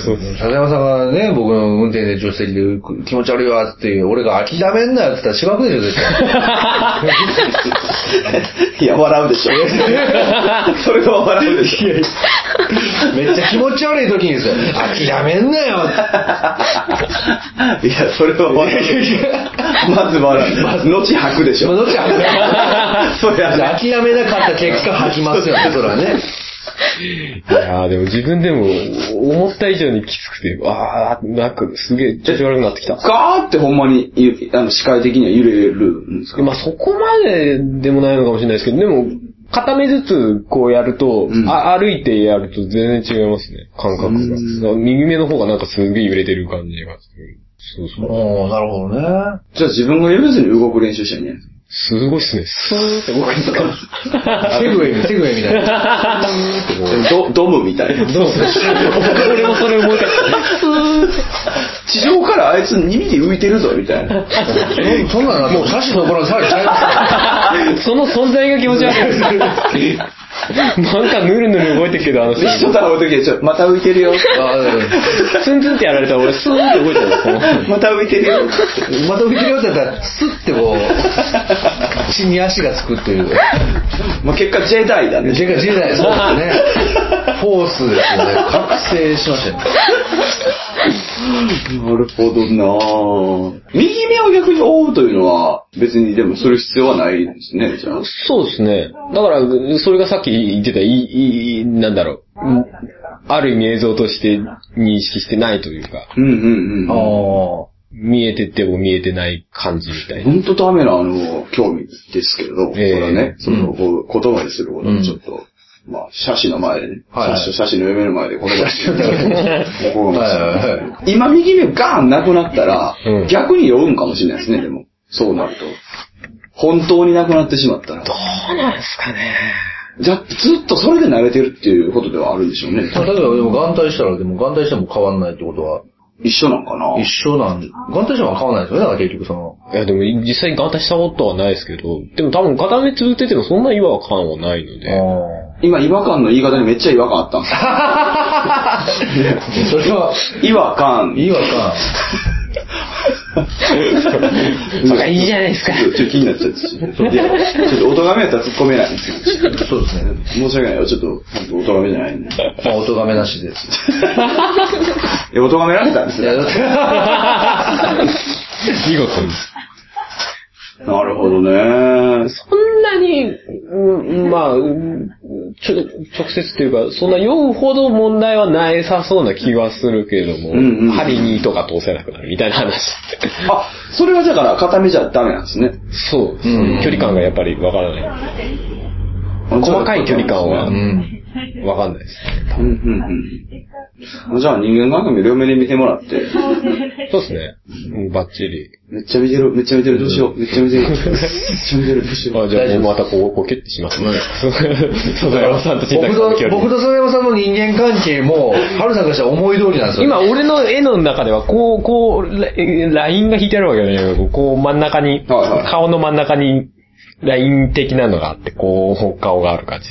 そうそう。笹山さんがね、僕の運転で助手席で気持ち悪いわって、俺が諦めんなよって言ったら芝生でしょ、絶対。 いや、笑う でしょ。それは笑うでしょ。めっちゃ気持ち悪い時にですよ。諦めんなよって。いや、それは笑う。まず笑う。後吐くでしまあょ。どっち諦めそりゃね諦めなかった結果吐きますよね、それは ね。いやーでも自分でも思った以上にきつくて、あー、なんかすげえ調子悪くなってきた。ガーってほんまにゆあの視界的には揺れるんですかまあそこまででもないのかもしれないですけど、でも、片目ずつこうやると、うんあ歩いてやると全然違いますね、感覚が。右目の方がなんかすげえ揺れてる感じがする。そうそう。おーなるほどね。じゃあ自分が揺れずに動く練習したらいいんじゃないですかすごいっすね。スーって動くんですかセグウェイ、セグウェイみたい な。ドドムみたいな。どうする俺もそれ思い出した。地上からあいつ耳で浮いてるぞ、みたいな。そんなのもう歌詞の頃の騒ぎちゃいまその存在が気持ち悪いです。なんかぬるぬる動いてるけど、あの、人と会う時はちょ、また浮いてる よ。すから。あツンツンってやられたら俺スーって動いちゃうこまた浮いてるよ。ーまた浮いてるよってやったら、スッてこう、地に足がつくという。まあ結果、ジェダイだね。ジェジェダイ、そうですね。フォースですね。覚醒しましたね。なるほどなぁ。右目を逆に覆うというのは、別にでもする必要はないですね、じゃあ。そうですね。だから、それがさっき言ってた、いい、いい、なんだろう。んある意味映像として認識してないというか、うんうんあうん。ー見えてても見えてない感じみたいほな。んとダメな、あの、興味ですけれど、そええれはね、その、こう言葉にすることもちょっと、まあ、写真の前でね、はい写真写真の嫁の前で言葉にするここがはいはいは今右目ガーンなくなったら、うん逆に酔うんかもしれないですね、でも。そうなると。本当になくなってしまったら。どうなんすかね。じゃあ、ずっとそれで慣れてるっていうことではあるんでしょうね。まあ例えば、でも眼帯したら、でも眼帯しても変わんないってことは、一緒なんかな一緒なんで、眼帯しても変わんないですよね、だから結局その。いや、でも実際にガタしたことはないですけど、でも多分片目続けてもそんな違和感はないので。あ今、違和感の言い方にめっちゃ違和感あったんでーそれは、すよ。違和感。いいわか。そうか、いいじゃないですか。ちょっと気になっちゃったし。 いや、ちょっとおとがめやったら突っ込めないんですよ。そうですね。申し訳ないよ。ちょっと、本当おとがめじゃないんで。まあ、お咎めな しです。え、おとがめられたんです いや、ね。だって、見事です。なるほどね。そんなに、うん、まあ、うんちょ、直接というか、そんな酔うほど問題はないさそうな気はするけれども、うんうん針に糸が通せなくなるみたいな話って。あ、それはだから固めじゃダメなんですね。そう、距離感がやっぱりわからない。細かい距離感はうん。わかんないです。うんうんうん。じゃあ人間関係も両目で見てもらって。そうですね。うんバッチリ。めっちゃ見てる、めっちゃ見てる、どうしよう。めっちゃ見てる。めっちゃ見てる、どうしよあう。じゃあ大丈夫またこう、こうキュッてしますね。 そうだよ、さんと新僕宅さんの距と、僕離。と曽山さんの人間関係も、春さんからしたら思い通りなんですよ。今、俺の絵の中では、こう、こう、ラえラインが引いてあるわけじゃないけど、こう真ん中に、はいはい顔の真ん中に、ライン的なのがあって、こう、顔がある感じ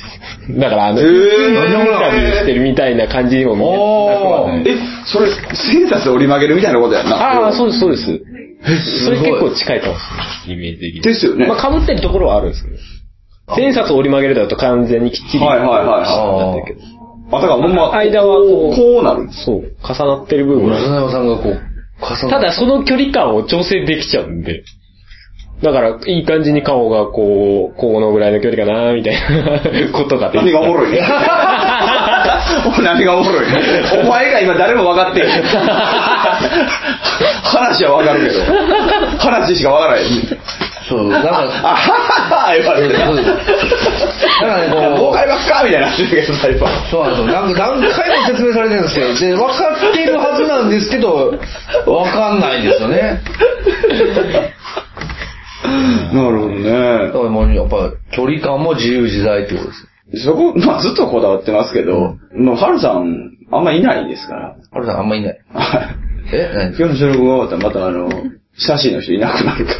です。だから、あの、インタビューしてるみたいな感じにも見えなくはない。え、それ、センサス折り曲げるみたいなことやんな。ああ、そうです、そうです。それすごい結構近いかもしれない、イメージ的に。ですよね。まあ、被ってるところはあるんですけど。千冊折り曲げるだと完全にきっちり。はいはいはいなんだけど。あ、だからほんま、間はここううこうなるんです。そう、重なってる部分俺と曽は。山さんがこう、重なただ、その距離感を調整できちゃうんで。だから、いい感じに顔がこう、このぐらいの距離かなみたいなことができ何がおもろ いね。何がおもろいね。お前が今誰も分 かってん。話は分かるけど。話しか分からへん。そう、なんか、 あははは言わそうれてでする。そうですだからね、 こうもう、買いますかみたいな話だけど、最後。そうなんですよ。なんか何回も説明されてるんですよ。で、分かってるはずなんですけど、分かんないんですよね。なるほどねだ。からもうやっぱ距離感も自由自在ってことです。そこ、まあずっとこだわってますけど、もうハルさん、あんまいないです から。あれさんあんまいない。え何ですか今日の収録が終わったらまたあの、写真の人いなくなるから。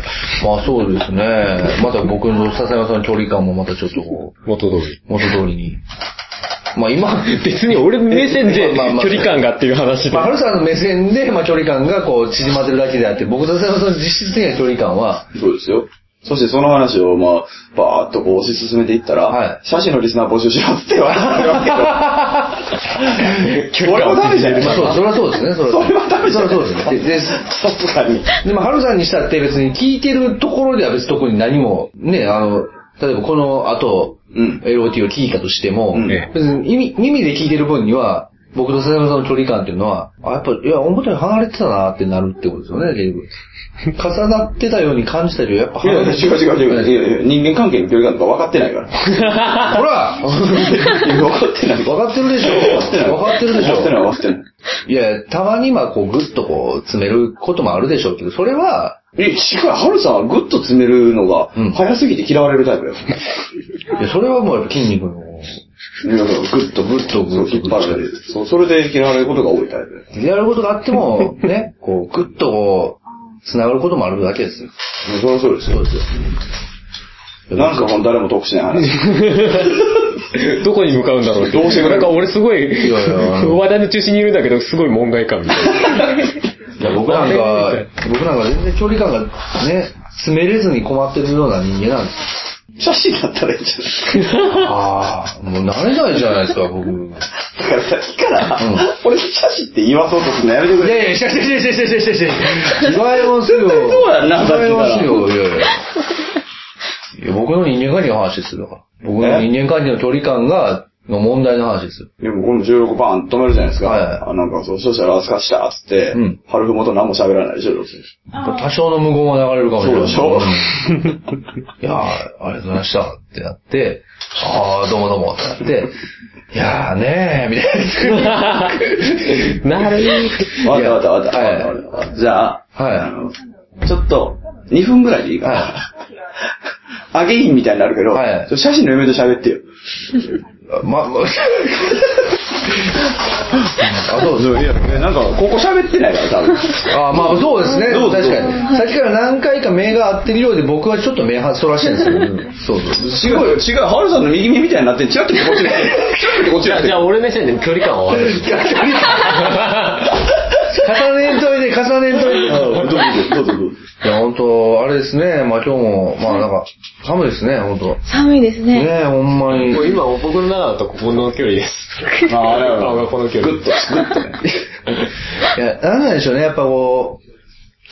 まあそうですね。また僕の笹山さんの距離感もまたちょっとこ元通り。う、元通りに。まあ今、別に俺の目線で えまあまあ距離感がっていう話でまあ、。春さんの目線で、まあ、距離感がこう縮まってるだけであって、僕と笹山さんの実質的な距離感は、そうですよ。そしてその話を、まあ、バーっとこう推し進めていったら、はい写真のリスナー募集しますって言われてるわけど。俺もダメじゃないまあ、そう、それはそうですね。それそれはダメじゃそなれいはそうですね。ででさ すがに。でも、ハルさんにしたって別に聞いてるところでは別に特に何も、ね、あの、例えばこの後、うん LOT を聞いたとしても、うん別に耳耳で聞いてる分には、僕と笹山さんの距離感っていうのは、あ、やっぱ、いや、表に離れてたなってなるってことですよね、結 局。重なってたように感じたけど、やっぱいや離れて違う違う違う。いやいや人間関係の距離感とか分かってないから。 ほら 分かってない。分かってるでしょ分かってるでしょ分かってない分かってない。いや、たまにはこう、ぐっとこう、詰めることもあるでしょうけど、それは、え、違う、ハルさんはグッと詰めるのがうん、早すぎて嫌われるタイプよ。いやそれはもうやっぱ筋肉の、いや、だからグッとグッとグッと引っ張られる。そう、それで嫌われることが多いタイプよ。やることがあっても、ね、こう、ぐっとこう、繋がることもあるわけですよ。そりゃそうですよ。ですよ。なんかこの誰も得しない話。どこに向かうんだろうってどうしてくれるなんか俺すごい、いやいやあ の話題の中心にいるんだけど、すごい門外漢みたいな。いや僕なんあれか、僕なんか全然距離感がね、詰めれずに困ってるような人間なんですよ。写真だったらいいんじゃないああ、もう慣れないじゃないですか、僕。いだからさっきから うん、俺写真って言わそうとするのやめてくれ。やいや、しゃしゃしゃしゃしゃしゃしゃしゃ。言われますよ。絶対そうやんな言われまさっすきよ、いやいや。いや僕の人間関係の話ですよ、だから。僕のえ人間関係の距離感が、の問題の話ですよ。でもこの16パン止めるじゃないですか。はいあなんかそう、そしたらあすかしたっつってうん、ハルフ元何も喋らないでしょ、どうせ。多少の無言は流れるかもしれない。そうう んいやー、ありがとうございましたってなって、あー、どうもどうもってなって、いやーねー、みたいな。なるわかったわかったいやわかったわかった。じゃあ、はいあのちょっと、2分ぐらいでいい から。アゲインみたいになるけど、はいちょ写真の嫁と喋ってよ。ま、ま、あ、そうです。いや、なんか、ここ喋ってないから、多分。あーまあそうですね。どうぞ確かに。さっきから何回か目が合ってるようで僕はちょっと目はそらしてるんですよ。そう そう。違うよ、違う、ハルさんの右耳みたいになって、チラッ と見てこっちに来てる。チラッと見てこっちじにゃあ、来てじゃある。俺目線で距離感を分かる。重ねんといて、重ねんといて。どうぞどうぞどうぞ。いや、本当あれですね。まあ今日も、まあなんか、寒いですね、本当寒いですね。ねえ、ほんまにも。う今僕の中だとここの距離です。ああ、だから顔がこの距離。グッと、グッとね。いや、なんなんでしょうね、やっぱこう、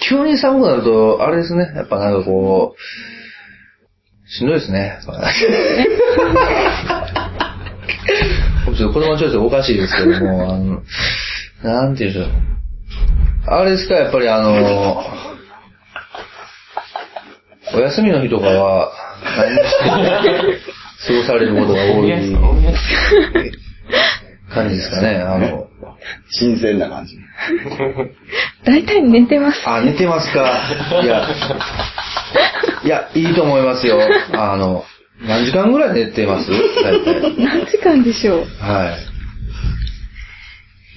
急に寒くなると、あれですね、やっぱなんかこう、しんどいですね。ちょっと子供のチョイスおかしいですけども、あの、なんていうんでしょう。あれですか、やっぱりあの、お休みの日とかは、何して過ごされることが多い感じですかね。あの、新鮮な感じ。大体寝てます。あ、寝てます か。いや、いや、いいと思いますよ。あの、何時間ぐらい寝てます大体。何時間でしょうはい。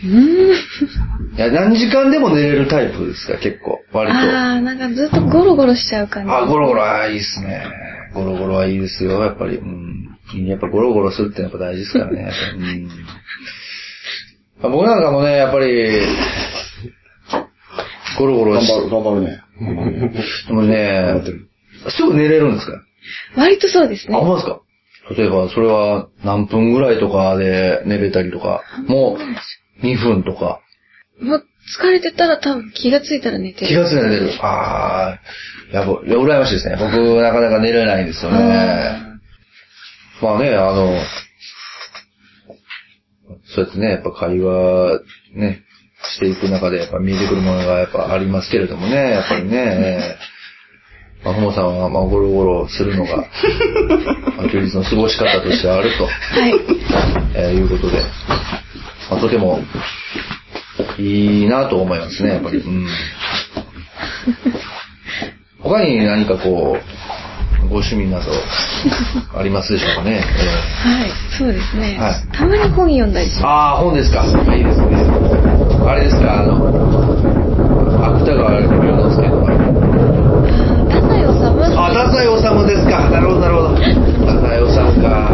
いや、何時間でも寝れるタイプですか、結構。割と。あー、なんかずっとゴロゴロしちゃう感じ。あ、ゴロゴロ、あーいいっすね。ゴロゴロはいいですよ、やっぱり。うん。やっぱゴロゴロするってやっぱ大事ですからね。 やっぱりうん。まあ僕なんかもね、やっぱり、ゴロゴロ頑し張る、頑張るね。でもね、すぐ寝れるんですか割とそうですあ、ほんね。まですか例えば、それは何分ぐらいとかで寝れたりとか、もう2分とか、もう疲れてたら多分気がついたら寝て気る。がついて寝れる。あー、やばい、いや羨ましいですね。僕、なかなか寝れないんですよね。まあね、あの、そうやってね、やっぱ会話、ね、していく中で、やっぱ見えてくるものがやっぱありますけれどもね、やっぱりね、まあ、ほもさんは、まあ、ゴロゴロするの が、まあ休日の過ごし方としてあると。はい。えーいうことで、まあ、とてもいいなと思いますね、やっぱり。 うん、他に何かこう、ご趣味などありますでしょうかね。えはい。そうですね。はいたまに本読んだりしーまああ、本ですか。いいですね。あれですか、あの、芥川龍之介とか。す。太宰治あ、は太宰治ですか。なるほど、なるほど。太宰治か。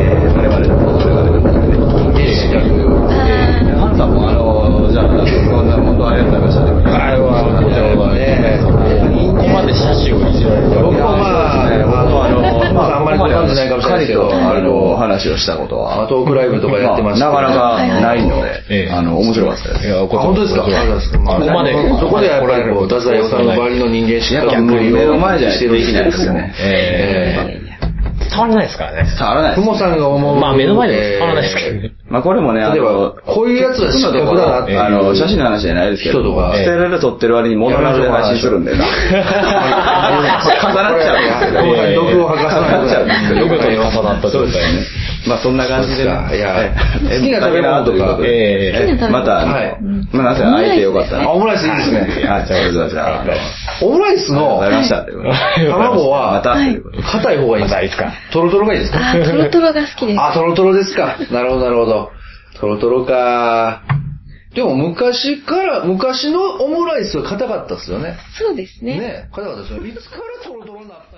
えー、我々の、我々の、ね、視覚を。ハンさんもあの、じゃあ、こんな本当あれやったらしゃべる。あれは、ね。ここまで車種をいじられる僕はまあ、あの、まあ、あんまりご存じないかもしれないですけど、ああの、の、話をしたことアは、トークライブとかやってましたなけどかなかないのええで、あの、面白かったです。いや、あ本当ですかありがとうございますまあここまでそこでやっぱりこう、太宰治の周りの人間しやっかぱ目の前じゃないとできないですよね。えー、伝わらないですからね。触らないふです。もさんが思う。まあ目の前で伝わらないですけどね。まあこれもね、あの例えばこういうやつは失格だなっていうあの、写真の話じゃないですけど、人とか捨てられ撮ってる割にモノラルで配信するんでな。重なっちゃ うんですけどこれ毒を吐かさない重なっちゃうんですけど よくと重なった状態ね。まあそんな感じでね。そうですかいやええ好きな食べ物とかええ好きな食べ物また、はいまあなぜ会えてよかったあ、な。オムライスいいですね。はい、じゃあ、俺たちは、ありがとオムライスうのございました。ということで卵また、は、ということで硬い方がいいですかいいですか。トロトロがいいですかあー、トロトロが好きです。あ、トロトロですか。なるほど、なるほど。トロトロか。でも昔から、昔のオムライスは硬かったっすよね。そうですね。ね硬かったですよ。いつからトロトロになった